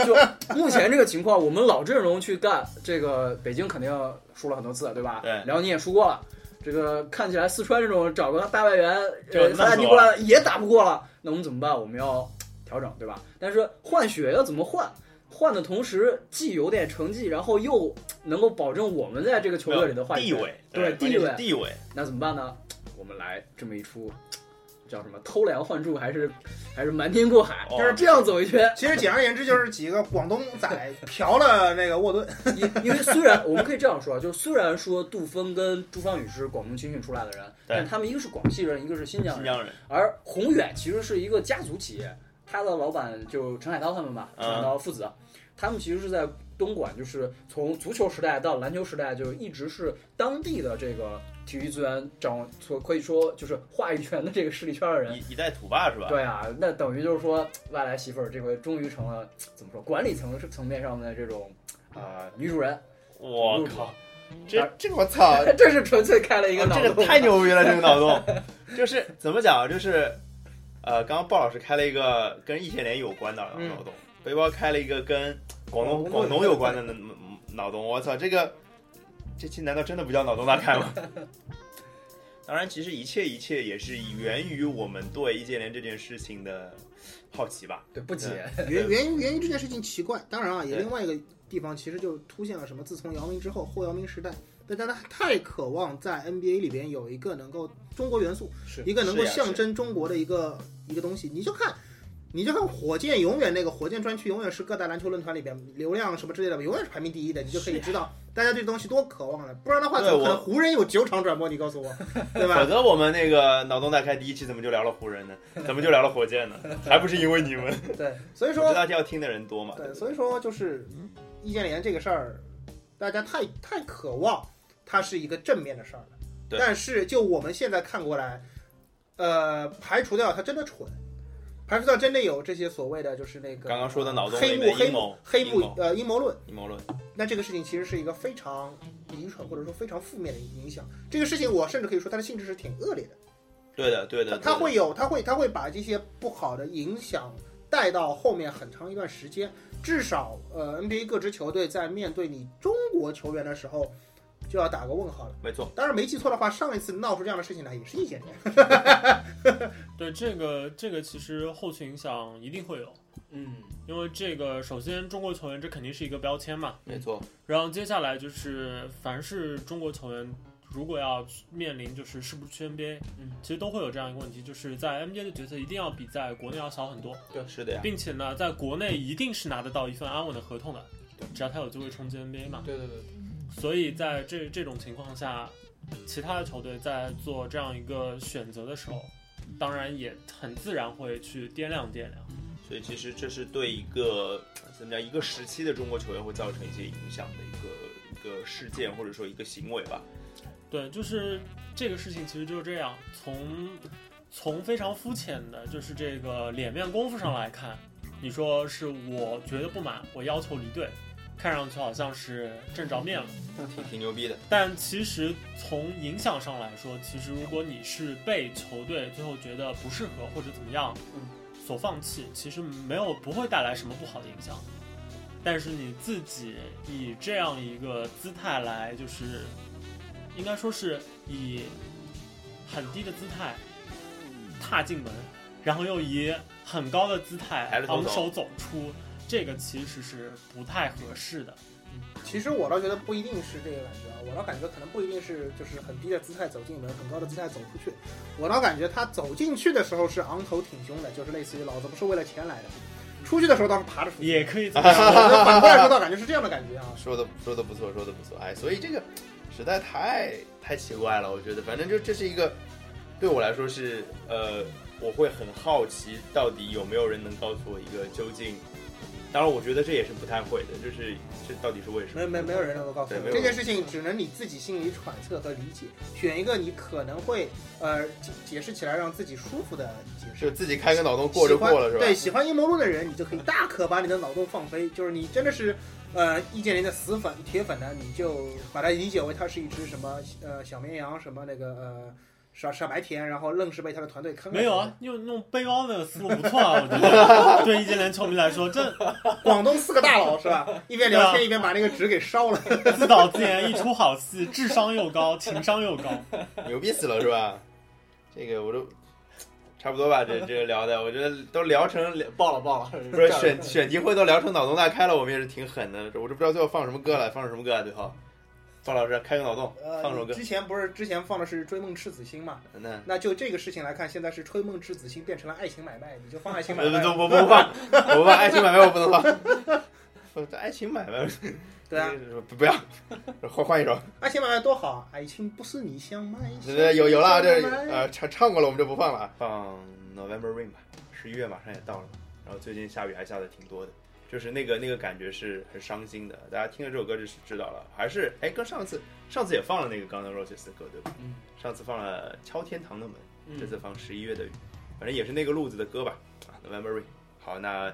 Speaker 2: 就目前这个情况，我们老阵容去干这个，北京肯定输了很多次，对吧？
Speaker 1: 对
Speaker 2: 辽宁也输过了。这个看起来四川这种找个大外援，
Speaker 1: 就
Speaker 2: 呃，
Speaker 1: 弄死
Speaker 2: 萨拉尼
Speaker 1: 我
Speaker 2: 过来也打不过了，那我们怎么办？我们要调整，对吧？但是换血要怎么换？换的同时既有点成绩，然后又能够保证我们在这个球队里的话语
Speaker 1: 地
Speaker 2: 权，
Speaker 1: 位，
Speaker 2: 对
Speaker 1: 关
Speaker 2: 地
Speaker 1: 键是
Speaker 2: 位
Speaker 1: 地位，
Speaker 2: 那怎么办呢？我们来这么一出，叫什么偷梁换柱，还是还是瞒天过海，
Speaker 1: 哦
Speaker 2: 但是这样走一圈，
Speaker 3: 其实简而言之就是几个广东仔嫖了那个沃顿，
Speaker 2: 因因为虽然我们可以这样说，啊，就是虽然说杜峰跟朱芳雨是广东青训出来的人，但他们一个是广西人，一个是新疆
Speaker 1: 新
Speaker 2: 人，
Speaker 1: 疆人，
Speaker 2: 而宏远其实是一个家族企业，他的老板就陈海涛他们吧，
Speaker 1: 嗯
Speaker 2: 陈海涛父子，他们其实是在东莞，就是从足球时代到篮球时代，就一直是当地的这个体育资源掌，所可以说就是话语权的这个势力圈的人。
Speaker 1: 一一代土霸是吧？
Speaker 2: 对啊，那等于就是说，外来媳妇儿这回终于成了怎么说，管理层层面上的这种啊、呃女主人。
Speaker 1: 我
Speaker 2: 入
Speaker 1: 靠
Speaker 2: 场，
Speaker 1: 这这我操，
Speaker 2: 这是纯粹开了一个脑洞、
Speaker 1: 哦这个太牛逼了，这个脑洞，就是怎么讲，啊就是呃，刚刚鲍老师开了一个跟易建联有关的
Speaker 3: 嗯
Speaker 1: 脑洞，背包开了一个跟广东
Speaker 3: 广
Speaker 1: 广
Speaker 3: 东
Speaker 1: 东有关的脑脑洞，我操，这个这期难道真的不叫脑洞大开吗？当然，其实一切一切也是源于我们对易建联这件事情的好奇吧。
Speaker 2: 对不解，
Speaker 3: 源源于源于这件事情奇怪。当然啊，也
Speaker 1: 对
Speaker 3: 另外一个地方其实就凸显了什么？自从姚明之后，后姚明时代，大家太渴望在 NBA 里边有一个能够中国元素，
Speaker 2: 是
Speaker 3: 一个能够
Speaker 1: 是呀
Speaker 3: 象征中国的一个一个东西。你就看，你就看火箭，永远那个火箭专区永远是各大篮球论坛里边流量什么之类的，永远是排名第一的，你就可以知道大家对东西多渴望了。不然的话，
Speaker 1: 对
Speaker 3: 怎么可能
Speaker 1: 我
Speaker 3: 湖人有九场转播？你告诉我，对
Speaker 1: 否
Speaker 3: 吧？
Speaker 1: 则 我们那个脑洞大开第一期怎么就聊了湖人呢？怎么就聊了火箭呢？还不是因为你们？
Speaker 3: 对，所以
Speaker 1: 我
Speaker 3: 说
Speaker 1: 知道要听的人多嘛。
Speaker 3: 对，所以说就是易建联这个事儿，大家太太渴望它是一个正面的事儿了。
Speaker 1: 对
Speaker 3: 但是就我们现在看过来，呃，排除掉他真的蠢，排除掉真的有这些所谓的就是那个
Speaker 1: 刚刚说的脑洞
Speaker 3: 黑
Speaker 1: 里
Speaker 3: 幕
Speaker 1: 面
Speaker 3: 黑
Speaker 1: 阴
Speaker 3: 幕
Speaker 1: 谋
Speaker 3: 黑
Speaker 1: 阴
Speaker 3: 幕
Speaker 1: 谋
Speaker 3: 呃阴谋论，
Speaker 1: 阴谋论。
Speaker 3: 那这个事情其实是一个非常愚蠢或者说非常负面的影响。这个事情我甚至可以说它的性质是挺恶劣的。
Speaker 1: 对的，对的，
Speaker 3: 它它会有，它会，它会把这些不好的影响带到后面很长一段时间。至少，呃，NBA 各支球队在面对你中国球员的时候，就要打个问号了。
Speaker 1: 没错，
Speaker 3: 当然没记错的话，上一次闹出这样的事情来也是易建联。
Speaker 4: 对这个这个其实后续影响一定会有，
Speaker 2: 嗯，
Speaker 4: 因为这个首先中国球员这肯定是一个标签嘛，
Speaker 1: 没错，
Speaker 4: 然后接下来就是凡是中国球员。如果要面临就是是不是去 NBA，
Speaker 2: 嗯
Speaker 4: 其实都会有这样一个问题，就是在 NBA 的角色一定要比在国内要小很多，
Speaker 1: 对，是的呀，
Speaker 4: 并且呢，在国内一定是拿得到一份安稳的合同的
Speaker 1: 对，
Speaker 4: 只要他有机会冲击 NBA 嘛。
Speaker 2: 对对对，
Speaker 4: 所以在这这种情况下，其他的球队在做这样一个选择的时候，当然也很自然会去掂量掂量。
Speaker 1: 所以其实这是对一个怎么讲，一个时期的中国球员会造成一些影响的一个一个事件或者说一个行为吧。
Speaker 4: 对，就是这个事情其实就是这样，从从非常肤浅的，就是这个脸面功夫上来看，你说是我觉得不满，我要求离队，看上去好像是正着面了。
Speaker 1: 挺挺牛逼的，
Speaker 4: 但其实从影响上来说，其实如果你是被球队最后觉得不适合或者怎么样，
Speaker 2: 嗯
Speaker 4: 所放弃，其实没有不会带来什么不好的影响。但是你自己以这样一个姿态来，就是应该说是以很低的姿态踏进门，然后又以很高的姿态
Speaker 1: 抬着头
Speaker 4: 昂
Speaker 1: 走
Speaker 4: 首走出，这个其实是不太合适的。
Speaker 3: 其实我倒觉得不一定是这个感觉啊，我倒感觉可能不一定是就是很低的姿态走进门，很高的姿态走出去。我倒感觉他走进去的时候是昂头挺胸的，就是类似于老子不是为了钱来的。出去的时候倒是爬着出去，
Speaker 4: 也可以这么说。
Speaker 3: 我反过来说倒感觉是这样的感觉啊。
Speaker 1: 说的说的不错，说的不错，哎，所以这个实在太太奇怪了，我觉得，反正就这是一个对我来说是呃，我会很好奇，到底有没有人能告诉我一个究竟。当然，我觉得这也是不太会的，就是这到底是为什
Speaker 3: 没
Speaker 1: 么？
Speaker 3: 没没有人能够告诉
Speaker 1: 对没
Speaker 3: 你
Speaker 1: 有
Speaker 3: 这
Speaker 1: 人
Speaker 3: 件事情，只能你自己心里揣测和理解，选一个你可能会呃解解释起来让自己舒服的解释。
Speaker 1: 就自己开个脑洞过就
Speaker 3: 喜
Speaker 1: 过
Speaker 3: 欢
Speaker 1: 了是吧？
Speaker 3: 对，喜欢阴谋论的人，你就可以大可把你的脑洞放飞。就是你真的是，呃，易建联的死粉、铁粉呢，你就把它理解为它是一只什么呃小绵羊，什么那个呃傻傻白甜，然后愣是被他的团队坑了。
Speaker 4: 没有啊，用用背包那个思路不错啊，我觉得对易建联球迷来说，这
Speaker 3: 广东四个大佬 是吧？一边聊
Speaker 4: 对
Speaker 3: 天
Speaker 4: 啊
Speaker 3: 一边把那个纸给烧了。
Speaker 4: 自导自演一出好戏，智商又高，情商又高。
Speaker 1: 牛逼死了是吧？这个我都 差不多吧，这这个聊的，我觉得都聊成
Speaker 3: 爆了 爆了，
Speaker 1: 不是选选题会都聊成脑洞大开了，我们也是挺狠的，我都不知道最后放什么歌了，放什么歌啊？最后，鲍老师开个脑洞，
Speaker 3: 呃
Speaker 1: 放首歌嗯
Speaker 3: 之。前不是之前放的是《追梦赤子心》嘛？
Speaker 1: 那
Speaker 3: 那就这个事情来看，现在是《追梦赤子心》变成了爱情买卖，你就放爱情买
Speaker 1: 呃
Speaker 3: 卖
Speaker 1: 不。不不放，我放爱情买卖，我不能放。 我这爱情买卖，
Speaker 3: 对啊，
Speaker 1: 不不要，换换一首。
Speaker 3: 爱情买卖多好啊！爱情不是你想买，
Speaker 1: 对对，有有了，这
Speaker 3: 想买
Speaker 1: 呃唱唱过了，我们就不放了啊，放 November Rain 吧，十一月马上也到了，然后最近下雨还下的挺多的，就是那个那个感觉是很伤心的。大家听了这首歌就是知道了，还是哎跟上次上次也放了那个 Guns N' Roses 的歌对吧？
Speaker 2: 嗯
Speaker 1: 上次放了《敲天堂的门》，
Speaker 2: 嗯
Speaker 1: 这次放十一月的雨，反正也是那个路子的歌吧。啊，November Rain。好，那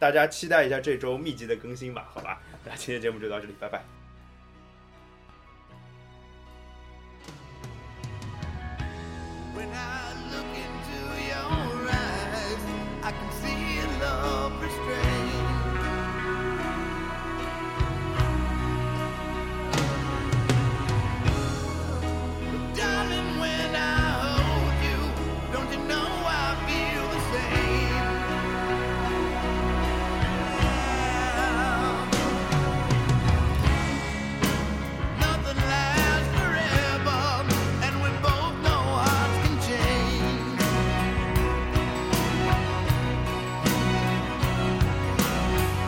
Speaker 1: 大家期待一下这周密集的更新吧，好吧？那今天节目就到这里，拜拜。
Speaker 6: When I look into your eyes, I can see a love restrained. But darling, when I hold you, don't you know I feel the same? Nothing lasts forever, and we both know hearts can change.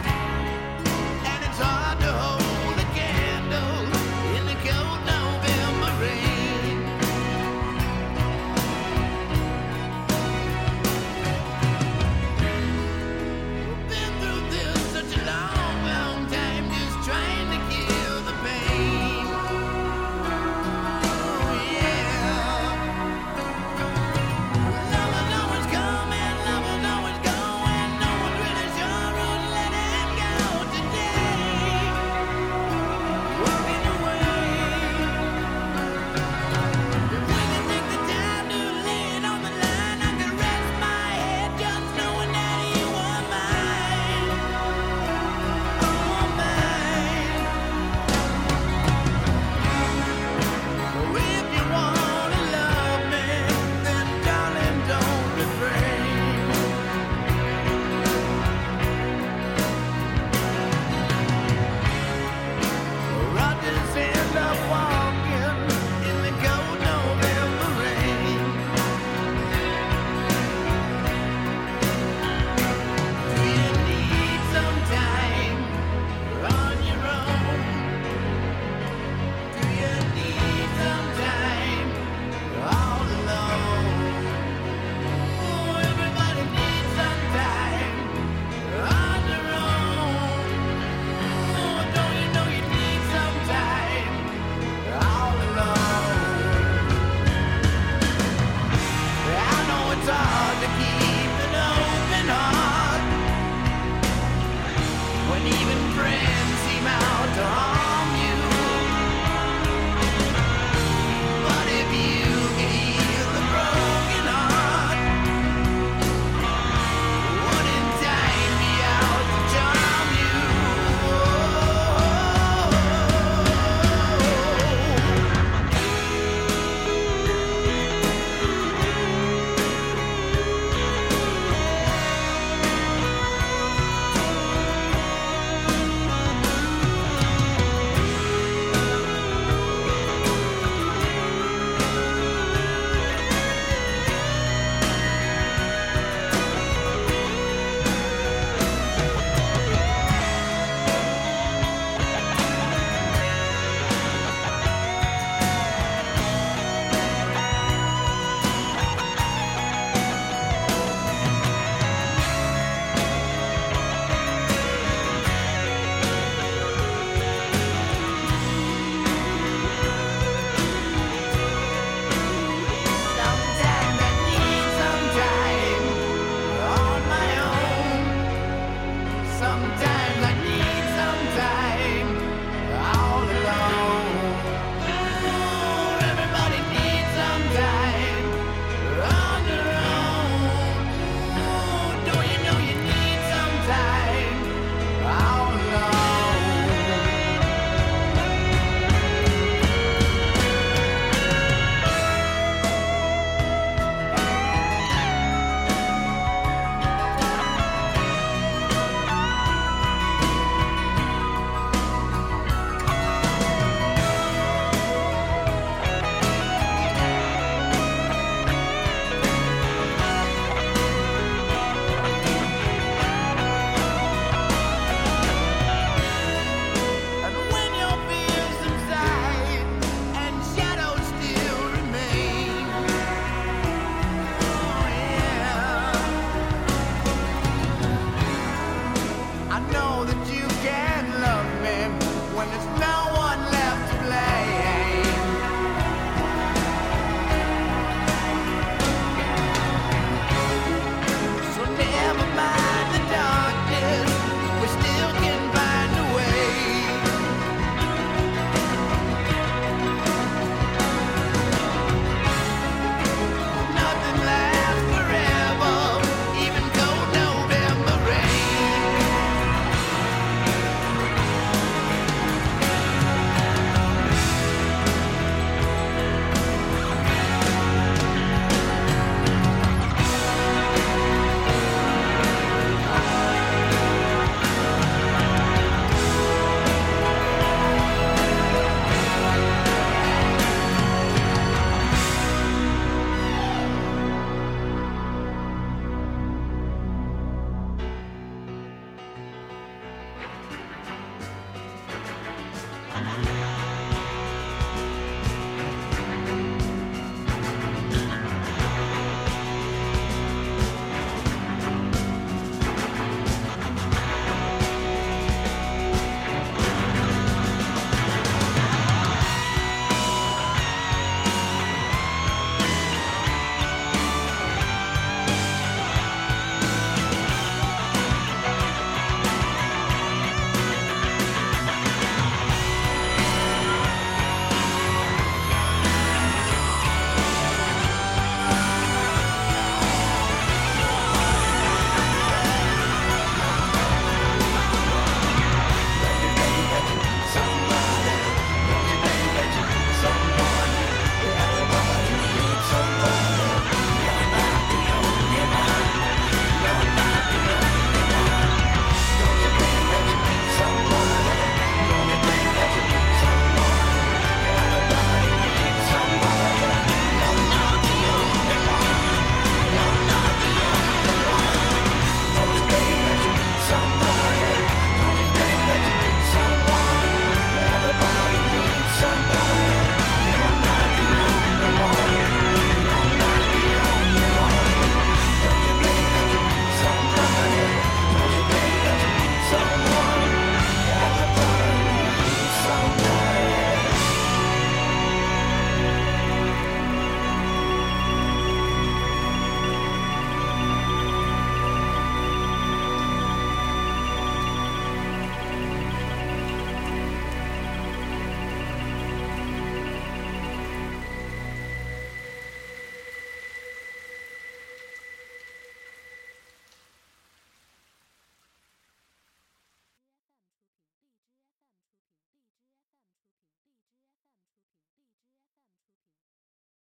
Speaker 6: And it's hard to hold a candle in the cold November rain. Been through this such a long, long time, just trying to kill the pain. Oh yeah. Love is always coming, love is always going. No one's really sure who's letting go today. Walking away. If I could take the time to lay it on the line, I could rest my head just knowing that you are mine, all mine. If you wanna love me, then darling, don't refrain. Rogers end up walking in the cold November rain. Do you need some time on your own? Do you need some time all alone? Oh, everybody needs some time on their own. Oh, don't you know you need some time all alone? I know it's hard to keep an open heart when even friends seem out to harm you.